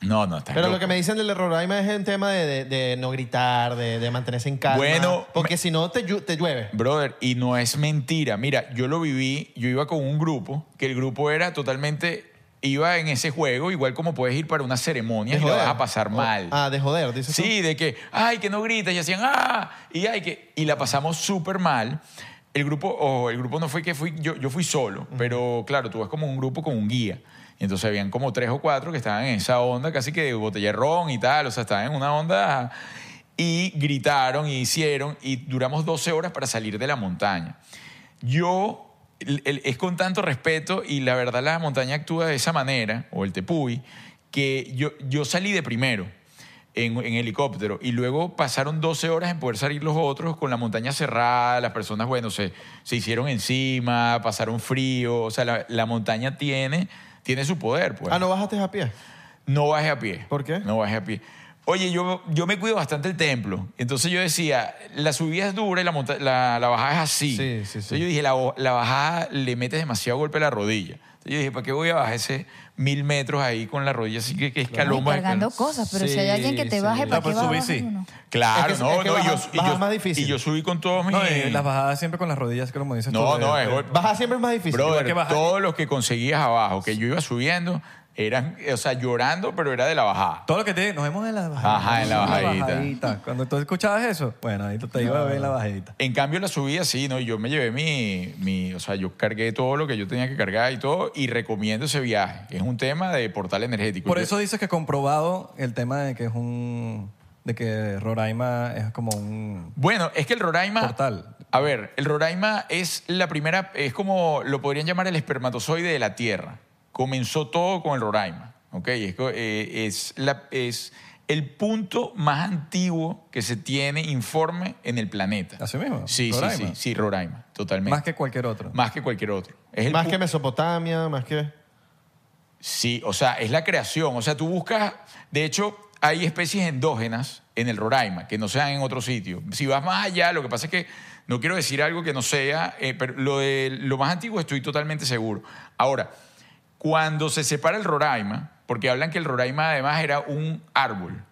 S5: No, no, está
S4: Pero
S5: loco.
S4: lo que me dicen del Roraima es el tema de, de- de no gritar, de, de mantenerse en calma.
S5: Bueno,
S4: Porque si no, te, llu- te llueve.
S5: Brother, y no es mentira. Mira, yo lo viví, yo iba con un grupo, que el grupo era totalmente... Iba en ese juego, igual como puedes ir para una ceremonia
S4: De
S5: y la vas
S4: joder.
S5: a pasar
S4: O-
S5: mal.
S4: Ah, de joder, dices tú.
S5: Sí, de que, ay, que no gritas, y hacían, ah, y ay, que. Y la pasamos súper mal. El grupo, ojo, el grupo no fue que fui, yo, yo fui solo, pero claro, tú vas como un grupo con un guía. Y entonces habían como tres o cuatro que estaban en esa onda, casi que de botellerrón y tal, o sea, estaban en una onda. Y gritaron y hicieron, y duramos 12 horas para salir de la montaña. Yo, el- el- es con tanto respeto y la verdad la montaña actúa de esa manera, o el tepuy, que yo, yo salí de primero en, en helicóptero y luego pasaron 12 horas en poder salir los otros con la montaña cerrada, las personas, bueno, se, se hicieron encima, pasaron frío, o sea, la, la montaña tiene, tiene su poder, pues.
S4: Ah, no bajaste a pie.
S5: No bajé a pie.
S4: ¿Por qué?
S5: No bajé a pie. Oye, yo, yo me cuido bastante el templo. Entonces yo decía, la subida es dura y la, monta- la, la bajada es así.
S4: Sí, sí, sí.
S5: Entonces yo dije, la, o- la bajada le metes demasiado golpe a la rodilla. Entonces yo dije, ¿para qué voy a bajar ese mil metros ahí con la rodilla así que, que escalón?
S6: Ay, cargando
S5: escalón?
S6: cosas, pero si
S4: Sí,
S6: hay alguien que te
S4: sí.
S6: baje, ¿para
S3: No,
S6: qué
S3: pues
S6: va a
S3: subí,
S6: bajar
S3: sí.
S6: uno?
S5: Claro,
S4: Es que-
S5: no,
S4: es que
S5: no. y
S4: baja-
S5: yo, y
S4: baja
S5: yo-
S4: más difícil. eh,
S5: Y yo subí con todos mis...
S3: No, y las bajadas siempre con las rodillas, como dices tú, eh,
S5: no,
S3: de-
S5: no,
S3: de-
S5: es golpe.
S4: Bajar siempre es más difícil.
S5: Brother,
S3: que bajar.
S5: todos los que conseguías abajo, que yo iba subiendo, eran, o sea, llorando, pero era de la bajada.
S3: Todo lo que te... Nos vemos en la bajadita.
S5: Ajá, en la bajadita. Ah.
S3: Cuando tú escuchabas eso, bueno, ahí tú te ibas a ver en la bajadita.
S5: En cambio, la subida sí, ¿no? Yo me llevé mi, mi- O sea, yo cargué todo lo que yo tenía que cargar y todo, y recomiendo ese viaje. Es un tema de portal energético.
S3: Por
S5: Yo-
S3: eso dices que comprobado el tema de que es un... De que Roraima es como un...
S5: Bueno, es que el Roraima.
S3: Portal.
S5: A ver, el Roraima es la primera, es como lo podrían llamar el espermatozoide de la Tierra. Comenzó todo con el Roraima, ¿ok? Es, co- eh, es la- es el punto más antiguo que se tiene informe en el planeta.
S3: ¿Así mismo?
S5: Sí, sí,
S3: Roraima.
S5: sí, sí, Roraima, totalmente.
S3: Más que cualquier otro.
S5: Más que cualquier otro. Es el
S4: Más
S5: pu-
S4: que Mesopotamia, más que...
S5: Sí, o sea, es la creación. O sea, tú buscas. De hecho, hay especies endógenas en el Roraima que no se dan en otro sitio. Si vas más allá, lo que pasa es que no quiero decir algo que no sea, eh, pero lo, de- lo más antiguo estoy totalmente seguro. Ahora, cuando se separa el Roraima, porque hablan que el Roraima además era un árbol.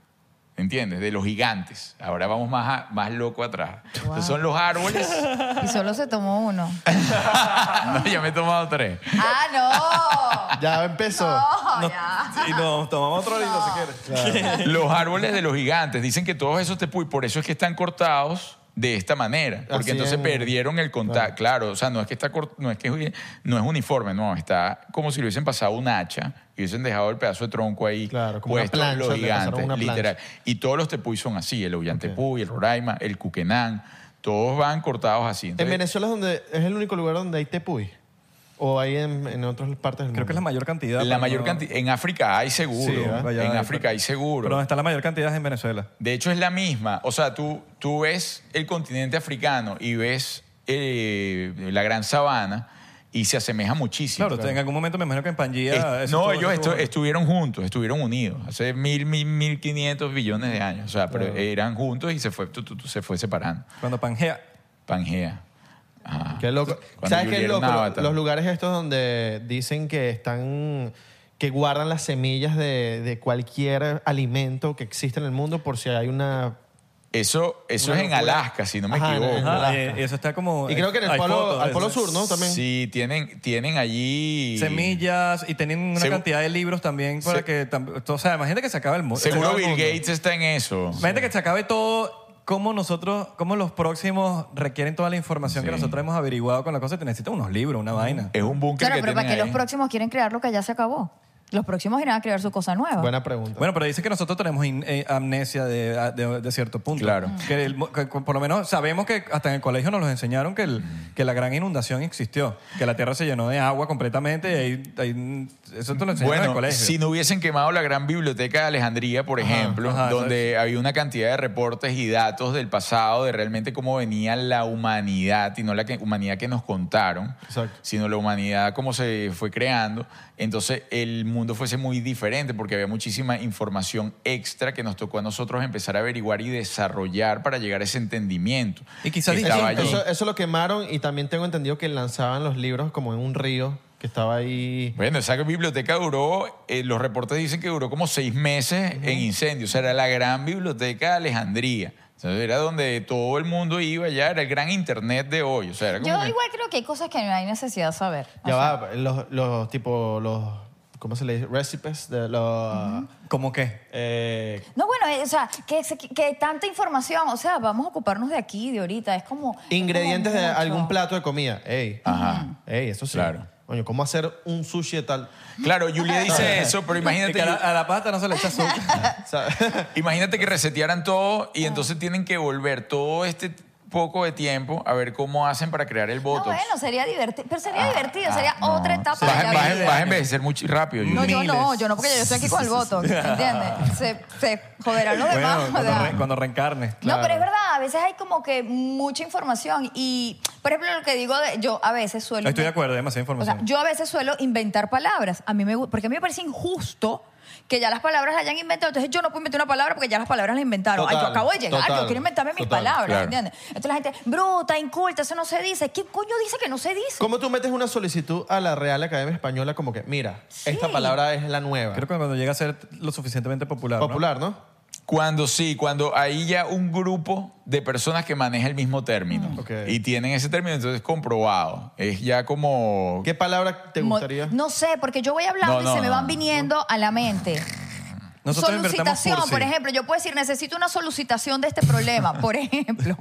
S5: ¿Entiendes? De los gigantes. Ahora vamos más, a- más loco atrás. Entonces, son los árboles.
S6: Y solo se tomó uno.
S5: no, ya me he tomado tres.
S6: ¡Ah, no!
S4: Ya empezó.
S6: No,
S3: No,
S6: ya.
S3: Y nos tomamos otro lindo si quieres.
S5: los árboles de los gigantes. Dicen que todos esos tepuyes, por eso es que están cortados de esta manera,
S4: Así
S5: porque entonces
S4: es.
S5: perdieron el contacto. Claro. o sea, no es que está cort- no es que no es uniforme, no, está como si le hubiesen pasado un hacha y hubiesen dejado el pedazo de tronco ahí
S4: Claro, como una
S5: puesto
S4: plancha,
S5: los
S4: le pasaron
S5: gigantes,
S4: una plancha.
S5: literal. Y todos los tepuy son así, el Ollantepuy, el Roraima, el Cuquenán, todos van cortados así.
S4: En
S5: Entonces,
S4: Venezuela es, donde, es el único lugar donde hay tepuy. O hay en, en otras partes del mundo.
S3: Creo que es la mayor cantidad.
S5: la
S3: pero
S5: mayor
S3: no-
S5: cantidad en África hay seguro,
S3: Sí, ¿verdad? Ya
S5: en
S3: hay,
S5: África
S3: pero-
S5: hay seguro.
S3: Pero donde está la mayor cantidad es en Venezuela.
S5: De hecho, es la misma. O sea, tú, tú ves el continente africano y ves eh, la gran sabana y se asemeja muchísimo.
S3: claro, en algún momento me imagino que en
S5: Es-
S3: Pangía. eso
S5: no,
S3: todo-
S5: ellos
S3: eso todo-
S5: estu- estuvieron juntos, estuvieron unidos hace mil, mil, mil quinientos billones de años. O sea, pero eran juntos y se fue, tu, tu, tu, se fue separando.
S3: Cuando Pangea.
S5: Pangea. Ajá.
S4: Qué loco.
S5: Cuando
S4: ¿Sabes qué
S5: Julia
S4: es
S5: era
S4: loco?
S5: un avatar.
S4: Los lugares estos donde dicen que están que guardan las semillas de, de cualquier alimento que existe en el mundo por si hay una...
S5: Eso, eso
S4: Una
S5: es en
S4: locura.
S5: Alaska, si no me
S4: Ajá, en
S5: equivoco.
S4: Alaska.
S3: Ajá, y, y eso está como.
S4: Y creo que en el
S3: hay
S4: polo,
S3: fotos
S4: al
S3: de
S4: polo
S3: eso.
S4: sur, ¿no? También.
S5: Sí, tienen, tienen allí...
S3: Semillas y tienen una
S5: Segu-
S3: cantidad de libros también para
S5: Se-
S3: que. tam- O sea, imagínate que se acaba el mundo.
S5: Seguro Bill Gates está en eso.
S3: Imagínate que se acabe todo. ¿Cómo nosotros, cómo los próximos requieren toda la información que
S5: Sí.
S3: nosotros hemos averiguado con la cosa? Te necesitan unos libros, una vaina.
S5: Es un búnker
S6: Claro,
S5: que
S6: pero ¿para qué
S5: tienen
S6: los
S5: ahí.
S6: próximos quieren crear lo que ya se acabó? Los próximos irán a crear su cosa nueva.
S4: Buena pregunta.
S3: Bueno, pero dice que nosotros tenemos in- eh, amnesia de, de- de cierto punto.
S5: Claro.
S3: Que, el mo- que cu- por lo menos sabemos que hasta en el colegio nos los enseñaron que, el- que la gran inundación existió, que la tierra se llenó de agua completamente y ahí, ahí- eso te lo enseñaron en el
S5: Bueno,
S3: colegio.
S5: si no hubiesen quemado la gran biblioteca de Alejandría, por ejemplo,
S3: ajá,
S5: donde había una cantidad de reportes y datos del pasado de realmente cómo venía la humanidad y no la que- humanidad que nos contaron,
S4: Exacto.
S5: sino la humanidad cómo se fue creando, entonces el mundo fuese muy diferente porque había muchísima información extra que nos tocó a nosotros empezar a averiguar y desarrollar para llegar a ese entendimiento.
S3: Y quizás
S5: que
S3: dicen-
S5: estaba
S4: eso,
S5: allí.
S4: eso- eso lo quemaron y también tengo entendido que lanzaban los libros como en un río que estaba ahí...
S5: Bueno, esa biblioteca duró, eh, los reportes dicen que duró como seis meses en incendio. O sea, era la gran biblioteca de Alejandría. O sea, era donde todo el mundo iba ya, era el gran internet de hoy. O sea, era como
S6: Yo
S5: que-
S6: igual creo que hay cosas que no hay necesidad de saber. O
S4: Ya
S6: sea,
S4: va, los, los tipo, los... ¿Cómo se le dice? Recipes de los...
S3: ¿Cómo qué?
S4: eh,
S6: No, bueno, eh, o sea, que, se- que hay tanta información, o sea, vamos a ocuparnos de aquí, de ahorita, es como...
S4: Ingredientes
S6: como
S4: de
S6: mucho.
S4: algún plato de comida. Ey.
S5: Ajá.
S4: Ey, eso sí.
S5: Claro.
S4: Coño, ¿cómo hacer un sushi de tal?
S5: Claro, Julia dice eso, pero
S3: Que
S5: imagínate,
S3: a, la, a la pasta no se le echa azúcar.
S4: O sea,
S5: imagínate que resetearan todo y entonces tienen que volver todo este poco de tiempo a ver cómo hacen para crear el
S6: No,
S5: voto.
S6: bueno, sería divertido, pero sería divertido,
S5: Ah,
S6: sería
S5: no.
S6: otra etapa
S5: Vas,
S6: de la
S5: vas-
S6: vida.
S5: vas a envejecer muy ch- rápido, Julia.
S6: No, yo no,
S3: miles.
S6: yo no, porque yo estoy aquí con el voto, ¿entiendes? Se, se joderán los demás.
S3: Bueno,
S6: o
S3: cuando,
S6: sea.
S3: re- cuando reencarne.
S6: No, pero es verdad, a veces hay como que mucha información y, por ejemplo, lo que digo, de- yo a veces suelo...
S3: Estoy de acuerdo, hay demasiada
S6: O sea,
S3: información.
S6: yo a veces suelo inventar palabras. A mí me gu- porque a mí me parece injusto que ya las palabras las hayan inventado. Entonces yo no puedo inventar una palabra porque ya las palabras las inventaron. Ay, yo
S4: Total,
S6: acabo de llegar, yo
S4: total,
S6: quiero inventarme mis
S4: total,
S6: palabras,
S5: claro.
S6: ¿entiendes? Entonces la gente, bruta, inculta, eso no se dice. ¿Qué coño dice que no se dice?
S4: ¿Cómo tú metes una solicitud a la Real Academia Española como que, mira, esta palabra es la nueva?
S3: Creo que cuando llega a ser lo suficientemente popular. ¿no?
S4: Popular, ¿no?
S5: Cuando sí, cuando hay ya un grupo de personas que maneja el mismo término
S4: Ah, Ok.
S5: y tienen ese término, entonces comprobado. Es ya como...
S4: ¿Qué palabra te
S6: Mo-
S4: gustaría?
S6: No sé, porque yo voy hablando
S5: No,
S6: y
S5: no,
S6: se me
S5: no,
S6: van
S5: no.
S6: viniendo a la mente.
S3: Nosotros invertimos
S6: solicitación,
S3: cursi.
S6: por ejemplo. Yo puedo decir, necesito una solicitación de este problema, por ejemplo.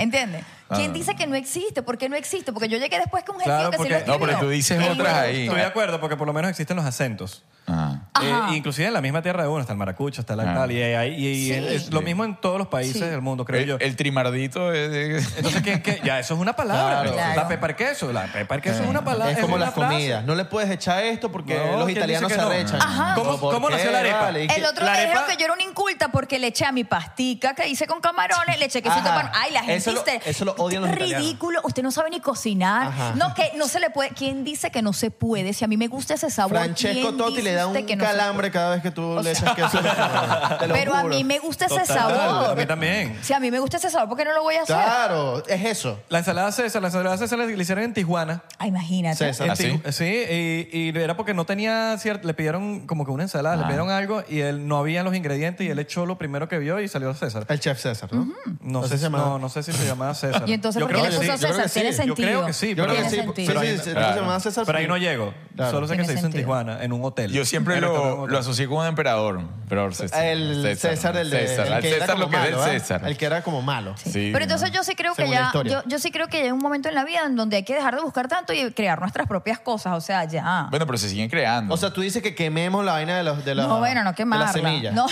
S6: ¿Entiendes? ¿Quién dice que no existe? ¿Por qué no existe? Porque yo llegué después con un
S3: Claro,
S6: gentío que sí
S3: porque-
S6: lo
S3: No,
S5: pero
S6: escribió.
S5: tú dices
S6: Y-
S5: otras ahí.
S3: Estoy de acuerdo porque por lo menos existen los acentos.
S5: Ajá.
S6: Ajá.
S3: Eh, inclusive en la misma tierra de uno, está el maracucho, está la
S5: Ah.
S3: tal, y, ahí- y- y
S6: Sí.
S3: es, es lo mismo en todos los países
S6: Sí.
S3: del mundo, creo
S5: El,
S3: yo.
S5: Eh, el trimardito es...
S3: Entonces, ¿qué, qué? ya eso es una palabra.
S4: Claro. Eh,
S6: Claro.
S3: La pepa al queso, la pepa al queso es una palabra.
S4: Es como
S3: una
S4: las
S3: frase.
S4: comidas. No le puedes echar esto porque
S3: No,
S4: los
S3: ¿quién
S4: italianos
S3: dice
S4: se
S3: que no?
S4: arrechan.
S6: Ajá.
S4: No,
S3: ¿Cómo-
S4: ¿por
S3: cómo
S4: qué?
S3: nació la arepa?
S4: Vale, ¿y
S6: El
S4: qué?
S6: otro
S3: La
S6: día dijeron
S3: arepa-
S6: que yo era una inculta porque le eché a mi pastica que hice con camarones, le eché quesito
S4: Ajá.
S6: pan. Ay, la gente
S4: Eso lo-
S6: usted-
S4: eso lo odian los italianos.
S6: Ridículo, usted no sabe ni cocinar.
S4: Ajá.
S6: No, que no se le puede. ¿Quién dice que no se puede? Si a mí me gusta ese sabor.
S4: Francesco
S6: ¿quién
S4: Totti
S6: dice
S4: le da
S6: usted
S4: un
S6: que no se
S4: calambre cada vez que tú le echas queso. Te lo
S6: puede? Pero a
S4: juro.
S6: mí me gusta ese
S3: Total,
S6: sabor.
S3: a mí también.
S6: Si a mí me gusta ese sabor, ¿por qué no lo voy a hacer?
S4: Claro, es eso.
S3: La ensalada César, la ensalada César la hicieron en Tijuana.
S6: Ay, imagínate.
S4: César.
S5: ¿Ah,
S3: En Tiju-
S5: sí?
S3: Sí, y, y era porque no tenía cierto, le pidieron como que una ensalada, le pidieron algo y él no había los ingredientes y él echó lo primero que vio y salió César.
S4: El chef César, ¿no?
S3: No
S4: Así
S3: sé,
S4: se
S3: si,
S4: llamaba.
S3: no, no sé si se llamaba César.
S6: Y entonces,
S3: Yo
S6: ¿por qué
S3: creo
S6: le
S3: que sí.
S6: puso
S4: yo creo
S6: César?
S4: que sí.
S6: Tiene
S4: Yo
S3: creo
S6: sentido.
S3: que sí,
S4: Yo creo que
S6: Tiene
S4: sí.
S6: sentido.
S4: Sí, sí, sí,
S3: Claro.
S4: se llamaba César.
S3: Pero ahí no
S4: sí.
S3: llego.
S4: Claro.
S3: Solo sé que
S6: Tiene
S3: se hizo en
S6: sentido.
S3: Tijuana, en un hotel.
S5: Yo siempre
S3: En el restaurante de un
S5: lo,
S3: hotel.
S5: lo asocié con un emperador. Emperador Este, César.
S4: El César, del de-
S5: César.
S4: el
S5: Al
S4: que era
S5: César lo
S4: como
S5: que es
S4: malo,
S5: del
S4: ¿verdad?
S5: César.
S4: El que era como malo.
S5: Sí,
S6: Pero entonces yo sí creo que
S4: Según la
S6: ya,
S4: historia.
S6: yo, yo sí creo que hay un momento en la vida en donde hay que dejar de buscar tanto y crear nuestras propias cosas, o sea, ya.
S5: Bueno, pero se siguen creando.
S4: O sea, tú dices que quememos la vaina de los de la,
S6: no, bueno, no quemarla.
S4: de las semillas.
S6: No.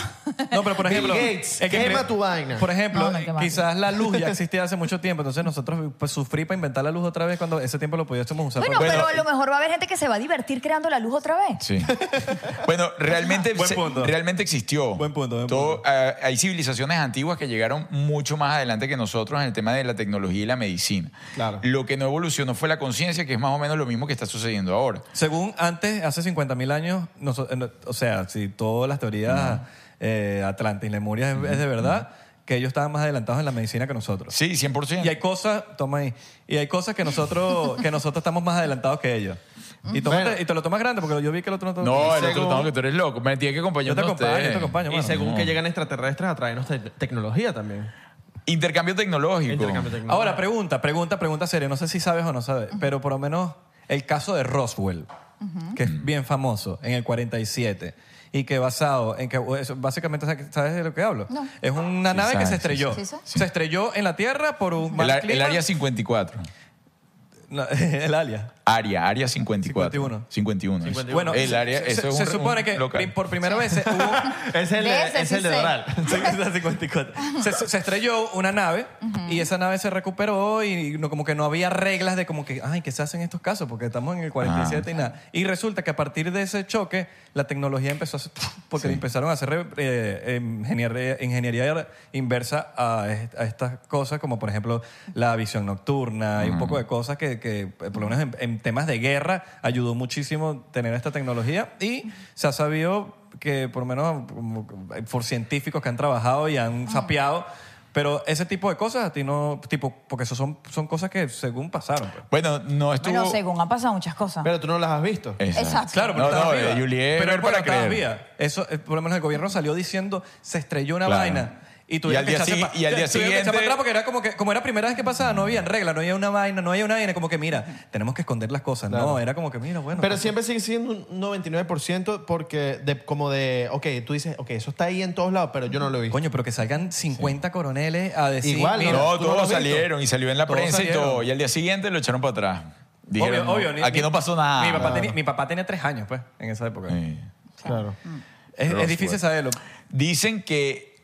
S3: No, pero por
S4: Bill
S3: ejemplo,
S4: Gates,
S3: es que
S4: quema
S3: pre-
S4: tu vaina.
S3: Por ejemplo,
S6: No, no, qué vaina.
S3: quizás la luz ya existía hace mucho tiempo, entonces nosotros pues, sufrí para inventar la luz otra vez cuando ese tiempo lo pudiésemos usar.
S6: bueno,
S3: para-
S6: pero a
S4: eh.
S6: lo mejor va a haber gente que se va a divertir creando la luz otra vez.
S5: Sí. bueno, realmente,
S3: Buen
S5: se-
S3: punto.
S5: realmente existió.
S3: Buen punto, buen
S5: Todo-
S3: punto.
S5: ah, hay civilizaciones antiguas que llegaron mucho más adelante que nosotros en el tema de la tecnología y la medicina.
S4: Claro.
S5: Lo que no evolucionó fue la conciencia, que es más o menos lo mismo que está sucediendo ahora.
S3: Según antes, hace 50.000 años, noso- eh, no- o sea, si todas las teorías eh, Atlantis, Lemuria, es- es de verdad, que ellos estaban más adelantados en la medicina que nosotros.
S5: Sí, 100%.
S3: Y hay cosas, toma ahí, y hay cosas que nosotros, que nosotros estamos más adelantados que ellos. Y, tómate-
S4: Bueno.
S3: y te lo tomas grande porque yo vi que el otro no
S5: no, el
S4: según-
S5: otro no, que tú eres loco. Me tiene que acompañar
S3: Yo te
S5: uno de
S3: acompaño, yo
S5: ustedes.
S3: te acompaño.
S4: Y
S3: mano.
S4: según
S5: no.
S4: que llegan extraterrestres a traernos te- tecnología también.
S5: Intercambio tecnológico.
S4: Intercambio tecnológico.
S3: Ahora, pregunta, pregunta, pregunta seria. No sé si sabes o no sabes, pero por lo menos el caso de Roswell, que es bien famoso, en el 47, y que basado en que, eso, básicamente, ¿sabes de lo que hablo?
S6: No.
S3: Es una
S5: Sí
S3: nave que
S5: sabes,
S3: se
S5: sí
S3: estrelló.
S6: sabes. Sí sabes.
S3: Se estrelló en la Tierra por un
S5: El,
S3: mal
S5: el
S3: clima.
S5: área 54.
S3: No, el alias.
S5: Área, área 54.
S3: 51.
S5: 51. es.
S3: Bueno,
S5: el
S3: se-
S5: área,
S3: se,
S5: eso es
S3: se
S5: un-
S3: supone
S5: un
S3: que
S5: local.
S3: por primera vez se- hubo,
S4: Es el,
S6: De ese
S4: es
S6: sí
S4: el de
S6: sé.
S4: Doral.
S3: Sí, es la 54. Se, se estrelló una nave y esa nave se recuperó y no, como que no había reglas de como que, ay, ¿qué se hace en estos casos? Porque estamos en el 47 y nada. Y resulta que a partir de ese choque, la tecnología empezó a hacer, porque le empezaron a hacer eh, eh, ingeniería, ingeniería inversa a, est- a estas cosas, como por ejemplo la visión nocturna y un poco de cosas que, que, eh, por lo menos en, en temas de guerra, ayudó muchísimo tener esta tecnología y se ha sabido que por lo menos como, por científicos que han trabajado y han sapeado. Pero ese tipo de cosas a ti no, tipo, porque eso son, son cosas que según pasaron. pues.
S5: Bueno, no estuvo.
S6: Bueno, según han pasado muchas cosas.
S4: Pero tú no las has visto.
S6: Exacto.
S3: Claro,
S5: no,
S3: pero
S5: no,
S3: estabas viva.
S5: de Juliet,
S3: pero
S5: ver
S3: porque
S5: para
S3: estabas
S5: creer.
S3: viva. Eso, eh, por lo menos el gobierno salió diciendo, se estrelló una
S5: Claro.
S3: vaina. Y,
S5: Y
S3: tuvieron
S5: al
S3: que
S5: día
S3: echarse
S5: sigui-
S3: pa-
S5: y al
S3: tuvieron que
S5: día
S3: echar
S5: siguiente-
S3: para atrás porque era como que, como era primera vez que pasaba, no había regla, no había una vaina, no había una vaina. Como que, mira, tenemos que esconder las cosas. No, era como que, mira, bueno.
S4: Pero
S3: pues,
S4: siempre sigue siendo un 99% porque de, como de, ok, tú dices, ok, eso está ahí en todos lados, pero yo no lo he visto.
S3: Coño, pero que salgan 50 coroneles a decir,
S4: Igual,
S3: mira,
S5: No,
S4: Tú no
S5: todos
S4: lo has visto.
S5: salieron y salió en la
S3: Todos
S5: prensa y todo.
S3: salieron.
S5: Y al día siguiente lo echaron para atrás. Dijeron,
S3: obvio, obvio.
S5: "No,
S3: ni-
S5: aquí
S3: ni-
S5: no pasó nada.
S3: Mi papá, tenía, mi papá tenía tres años, pues, en esa época.
S5: Sí. pues.
S4: Claro.
S6: Mm.
S3: Es, es
S5: Roswell.
S3: difícil saberlo.
S5: Dicen que,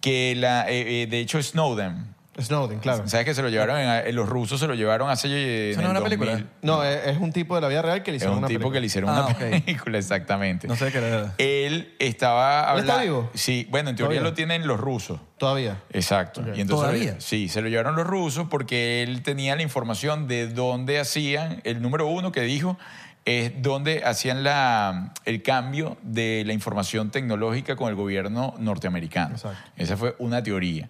S5: que la, eh, eh, de hecho Snowden,
S4: Snowden, claro.
S5: ¿sabes que se lo llevaron? en- eh, los rusos se lo llevaron hace... eh,
S3: Eso no
S5: en
S3: es
S5: el
S3: una película.
S5: 2000.
S4: No, e-, es, es un tipo de la vida real que le
S5: Es
S4: hicieron
S5: un
S4: una
S5: tipo que
S4: película.
S5: le hicieron
S3: Ah,
S5: una
S3: ok.
S5: película, exactamente.
S3: No sé qué era.
S5: Eh, Él estaba
S4: ¿Él está
S5: habla-
S4: vivo?
S5: Sí, bueno, en teoría
S4: Todavía.
S5: lo tienen los rusos.
S4: Todavía.
S5: Exacto. Y entonces,
S3: ¿Todavía?
S5: Sí, se lo llevaron los rusos porque él tenía la información de dónde hacían, el número uno que dijo es dónde hacían la, el cambio de la información tecnológica con el gobierno norteamericano.
S4: Exacto.
S5: Esa fue una teoría.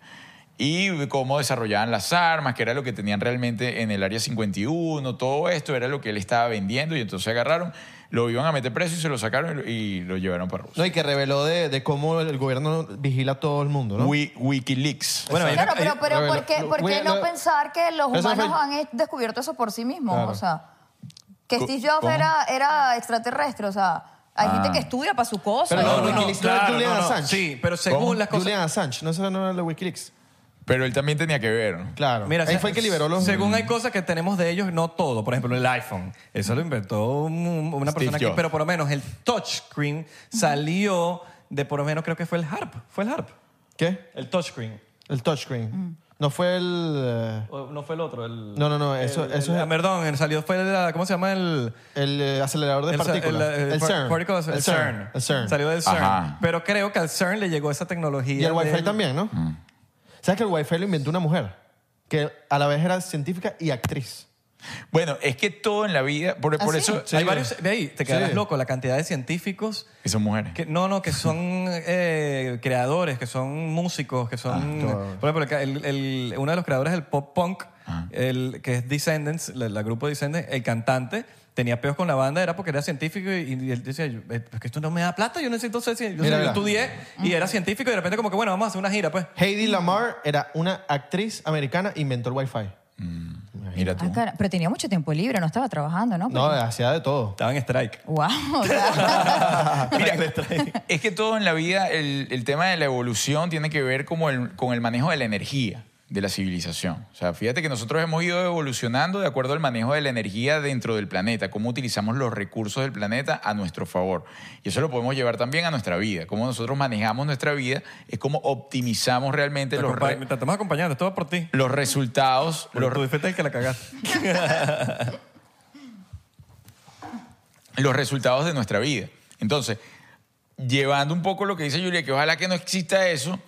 S5: Y cómo desarrollaban las armas, que era lo que tenían realmente en el Área 51, todo esto era lo que él estaba vendiendo y entonces agarraron, lo iban a meter preso y se lo sacaron y lo, y lo llevaron para Rusia.
S4: No, y que reveló de, de cómo el gobierno vigila a todo el mundo, ¿no?
S5: Wi- Wikileaks.
S3: Bueno, hay una-
S6: Claro, pero,
S3: hay-
S6: pero
S4: Pero
S6: ¿por
S4: lo-
S6: qué,
S4: eh, lo-
S6: por qué
S4: voy a-
S6: no
S4: lo-
S6: pensar que los
S4: Eso
S6: humanos
S4: fue-
S6: han he- descubierto eso por sí mismos?
S4: Claro.
S6: O sea, que
S5: Co-
S6: Steve Jobs
S5: ¿cómo?
S6: era, era extraterrestre, o sea, hay
S5: Ah.
S6: gente que estudia para su cosa.
S4: Pero
S6: ¿no?
S4: no, no, Wikileaks era Julian Assange.
S3: Sí, pero según
S5: ¿Cómo?
S3: las cosas.
S4: Julian Assange, ¿no será no era de Wikileaks?
S5: Pero él también tenía que ver. ¿no?
S4: Claro.
S3: Mira,
S4: Ahí
S3: se-
S4: fue que liberó los... Mm.
S3: Según hay cosas que tenemos de ellos, no todo. Por ejemplo, el iPhone. Eso lo inventó un- un- una
S5: Steve
S3: persona aquí.
S5: Jobs.
S3: Pero por lo menos el touchscreen salió de por lo menos creo que fue el HARP. ¿Fue el HARP?
S4: ¿Qué?
S3: El touchscreen.
S4: El touchscreen. No fue el... eh,
S3: O no fue el otro. El,
S4: No, no, no, eso-
S3: el-
S4: eso
S3: el-
S4: es-
S3: ah, Perdón, el salió fue la, ¿cómo se llama el?
S4: El eh, acelerador de
S3: el-
S4: partículas.
S3: el- el-
S4: El CERN.
S3: partículas, el CERN.
S4: El CERN.
S3: Salió del CERN.
S5: Ajá.
S3: Pero creo que al CERN le llegó esa tecnología.
S4: Y el Wi-Fi
S3: del-
S4: también, ¿no? ¿Sabes que el Wi-Fi lo inventó una mujer? Que a la vez era científica y actriz.
S5: Bueno, es que todo en la vida, por, por
S6: ¿Ah, sí?
S5: eso
S3: Hay varios, ve ahí, te quedarás
S4: Sí.
S3: loco la cantidad de científicos
S5: que son mujeres.
S3: Que, no, no, que son eh, creadores, que son músicos, que son...
S4: Ah,
S3: por ejemplo, el- el- uno de los creadores del pop punk, el, que es Descendants, la, la grupo Descendants, el cantante tenía peos con la banda, era porque era científico y, y él decía, yo, eh, es que esto no me da plata, yo necesito ser científico.
S4: Mira, Mm.
S3: Yo
S4: mira.
S3: estudié y era científico y de repente como que, bueno, vamos a hacer una gira, pues.
S4: Heidi Lamar era una actriz americana, inventó el Wi-Fi.
S5: Mira tú.
S6: Ah, cara- pero tenía mucho tiempo libre, no estaba trabajando, ¿no?
S4: No, hacía de todo.
S3: Estaba en strike.
S6: Wow. o sea,
S5: Mira, es que todo en la vida, el, el tema de la evolución tiene que ver como el- con el manejo de la energía de la civilización. O sea, fíjate que nosotros hemos ido evolucionando de acuerdo al manejo de la energía dentro del planeta, cómo utilizamos los recursos del planeta a nuestro favor. Y eso lo podemos llevar también a nuestra vida. Cómo nosotros manejamos nuestra vida es cómo optimizamos realmente
S3: Te,
S5: los,
S3: acompa-
S5: re-
S3: te estamos acompañando, todo por ti.
S5: los resultados.
S3: Pero
S5: los-
S3: tú fuiste el que la cagaste.
S5: los resultados de nuestra vida. Entonces, llevando un poco lo que dice Julia, que ojalá que no exista eso,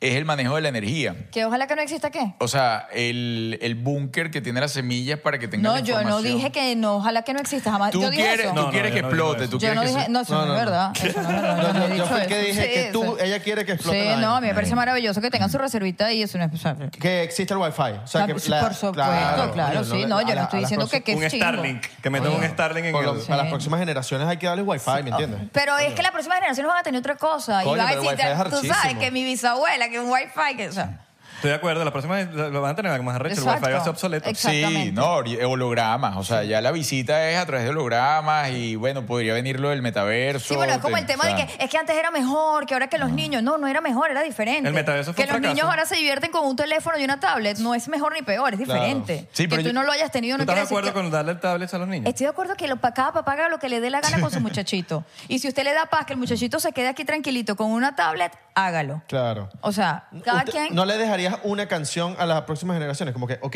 S5: es el manejo de la energía.
S6: que ojalá que no exista qué.
S5: O sea, el, el búnker que tiene las semillas para que tengan
S6: No,
S5: la
S6: yo no
S5: información.
S6: dije que no, ojalá que no exista jamás.
S5: Tú
S6: yo dije
S5: quieres,
S6: eso.
S5: tú
S3: No, no,
S5: quieres
S3: yo
S5: que
S3: no digo
S5: explote,
S3: eso.
S5: tú
S6: yo
S5: quieres
S6: no
S5: que
S6: dije,
S5: se-
S6: no, eso
S4: No,
S6: no,
S4: no,
S6: es
S4: no.
S6: verdad. Eso no es verdad.
S4: No,
S6: yo no he
S4: yo, yo
S6: dicho
S4: fui el que
S6: eso,
S4: dije que
S6: sí,
S4: tú,
S6: eso.
S4: ella quiere que explote la
S6: Sí,
S4: vaina.
S6: no, a mí me parece maravilloso que tengan su reservita y eso no es. o sea,
S4: Que exista el Wi-Fi. O sea, que
S6: Ah, Por supuesto, claro, sí, no, yo no estoy diciendo que- qué
S3: un
S6: chingo.
S3: Starlink. Que metan un Starlink en el...
S4: Para las próximas generaciones hay que darle Wi-Fi, ¿me entiendes?
S6: Oh. Pero es que las próximas generaciones van a tener otra cosa.
S4: Coño,
S6: y van a
S4: pero
S6: decir,
S4: el wifi es
S6: tú sabes
S4: archísimo.
S6: que mi bisabuela, que un wifi, que. O sea,
S3: Estoy de acuerdo, la próxima lo van a tener más arrecho, el
S6: Exacto.
S3: Wi-Fi va a ser obsoleto.
S6: Exacto.
S5: Sí,
S6: Exactamente.
S5: no, y- hologramas. O sea, ya la visita es a través de hologramas y bueno, podría venir lo del metaverso.
S6: sí, bueno, es como
S5: te-
S6: el tema
S5: o sea,
S6: de que es que antes era mejor, que ahora que los niños. No, no era mejor, era diferente.
S3: El metaverso fue
S6: Que
S3: un
S6: los
S3: fracaso.
S6: niños ahora se divierten con un teléfono y una tablet. No es mejor ni peor, es
S4: Claro.
S6: diferente.
S5: Sí, pero
S6: que tú
S5: yo-
S6: no lo hayas tenido,
S3: ¿Tú
S6: no
S3: estás
S6: quiere
S3: de
S6: decir
S3: acuerdo
S6: que-
S3: con darle tablets a los niños?
S6: Estoy de acuerdo que lo, pa- cada papá haga lo que le dé la gana con su muchachito. Y si usted le da paz que el muchachito se quede aquí tranquilito con una tablet, hágalo.
S4: Claro.
S6: O sea, cada
S4: Usted-
S6: quien
S4: ¿No le dejarías una canción a las próximas generaciones? Como que, ok,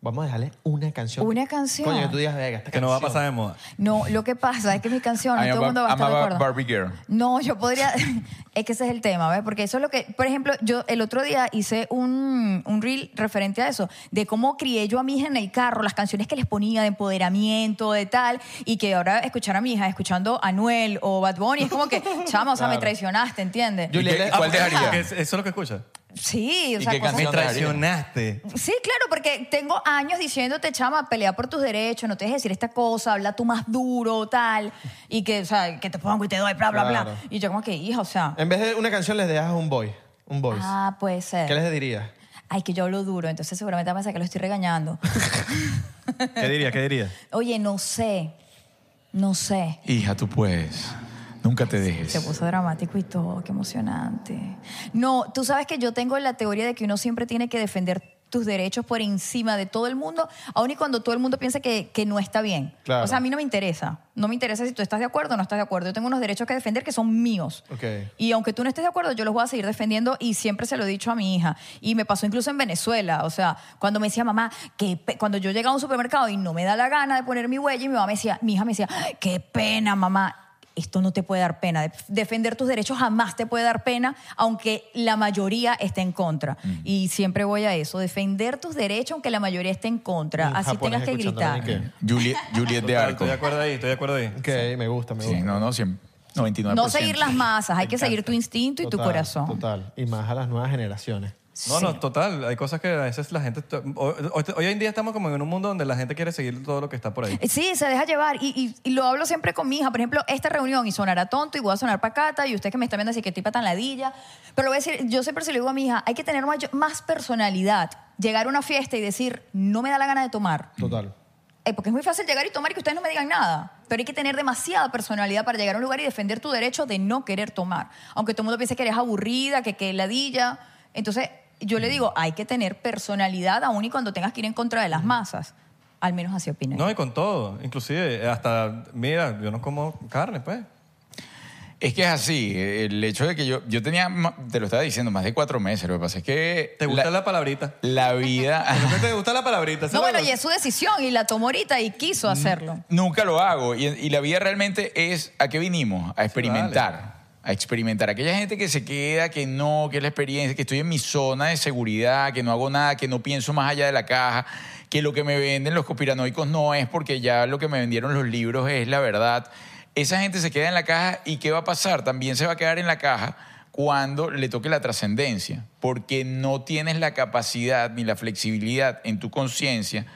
S4: vamos a dejarle una canción.
S6: Una canción.
S4: Coño, que tú digas, venga, esta
S3: Que no va a pasar
S4: canción.
S3: de moda.
S6: No, lo que pasa es que mi canción,
S5: I
S6: todo
S5: am
S6: el
S5: a-
S6: mundo va a
S5: I'm
S6: estar de
S5: a
S6: acuerdo.
S5: Barbie girl.
S6: No, yo podría. es que ese es el tema, ¿ves? Porque eso es lo que. Por ejemplo, yo el otro día hice un, un reel referente a eso, de cómo crié yo a mi hija en el carro, las canciones que les ponía de empoderamiento, de tal, y que ahora escuchar a mi hija escuchando a Anuel o Bad Bunny es como que, chama, o sea, me traicionaste, ¿entiendes?
S4: Yo-
S5: ¿Y qué-
S4: Ah,
S5: ¿Cuál
S3: Que
S5: dejaría?
S3: es- Eso es lo que escuchas.
S6: Sí, o
S5: ¿Y
S6: sea,
S5: qué
S6: cosas-
S5: canción?
S3: traicionaste.
S6: Sí, claro, porque tengo años diciéndote, chama, pelea por tus derechos, no te dejes decir esta cosa, habla tú más duro, tal, y que, o sea, que te pongo y te doy, bla, bla, bla.
S4: Claro.
S6: Y yo como que, hija, o sea,
S4: En vez de una canción, les dejas un boy. Un voice.
S6: ah, puede ser.
S4: ¿Qué les dirías?
S6: Ay, que yo hablo duro, entonces seguramente va a pensar que lo estoy regañando.
S3: ¿Qué dirías? ¿Qué dirías?
S6: Oye, no sé, no sé.
S5: Hija, tú puedes. Nunca te dejes.
S6: Se puso dramático y todo, qué emocionante. No, tú sabes que yo tengo la teoría de que uno siempre tiene que defender tus derechos por encima de todo el mundo, aun y cuando todo el mundo piensa que, que no está bien.
S4: Claro.
S6: O sea, a mí no me interesa. No me interesa si tú estás de acuerdo o no estás de acuerdo. Yo tengo unos derechos que defender que son míos.
S4: Ok.
S6: Y aunque tú no estés de acuerdo, yo los voy a seguir defendiendo y siempre se lo he dicho a mi hija. Y me pasó incluso en Venezuela. O sea, cuando me decía mamá, que pe- cuando yo llegaba a un supermercado y no me da la gana de poner mi huella, y mi mamá me decía, mi hija me decía, qué pena, mamá. Esto no te puede dar pena. Def- Defender tus derechos jamás te puede dar pena, aunque la mayoría esté en contra. Y siempre voy a eso. Defender tus derechos, aunque la mayoría esté en contra.
S4: Un
S6: Así
S4: japonés
S6: tengas que
S4: escuchando
S6: gritar.
S4: Benny King.
S5: Juliet, Juliet de
S3: Total,
S5: Arco.
S3: Estoy de acuerdo ahí, estoy de acuerdo ahí.
S4: Ok, me gusta, me gusta.
S5: Sí, no, no, cien- 99%.
S6: No seguir las masas. Hay que seguir tu instinto y tu
S4: Total,
S6: corazón.
S4: Total. Y más a las nuevas generaciones.
S3: No,
S6: Sí.
S3: no, total. Hay cosas que a veces la gente... Hoy, hoy en día estamos como en un mundo donde la gente quiere seguir todo lo que está por ahí.
S6: Eh, Sí, se deja llevar. Y, y- y lo hablo siempre con mi hija. Por ejemplo, esta reunión y sonará tonto y voy a sonar pacata. Y usted que me está viendo así que tipa tan ladilla. Pero lo voy a decir, yo siempre se lo digo a mi hija, hay que tener mayo- más personalidad. Llegar a una fiesta y decir, no me da la gana de
S5: Mm.
S6: tomar.
S4: Total.
S6: Eh, porque es muy fácil llegar y tomar y que ustedes no me digan nada. Pero hay que tener demasiada personalidad para llegar a un lugar y defender tu derecho de no querer tomar. Aunque todo el mundo piense que eres aburrida, que, que ladilla. Entonces, yo le digo, hay que tener personalidad aún y cuando tengas que ir en contra de las masas. Al menos así opino yo.
S3: No, y con todo. Inclusive, hasta, mira, yo no como carne, pues.
S5: Es que es así, el hecho de que yo, yo tenía, ma- te lo estaba diciendo, más de cuatro meses, lo que pasa es que...
S3: ¿Te gusta la,
S5: la,
S3: palabrita?
S5: la vida...
S3: ¿Por qué te gusta la palabrita?
S6: No, bueno,
S3: ¿Sabes?
S6: y es su decisión y la tomó ahorita y quiso hacerlo.
S5: Nunca lo hago. Y, y la vida realmente es a qué vinimos, a experimentar. A experimentar. Aquella gente que se queda, que no, que es la experiencia, que estoy en mi zona de seguridad, que no hago nada, que no pienso más allá de la caja, que lo que me venden los conspiranoicos no es porque ya lo que me vendieron los libros es la verdad. Esa gente se queda en la caja y ¿qué va a pasar? También se va a quedar en la caja cuando le toque la trascendencia, porque no tienes la capacidad ni la flexibilidad en tu conciencia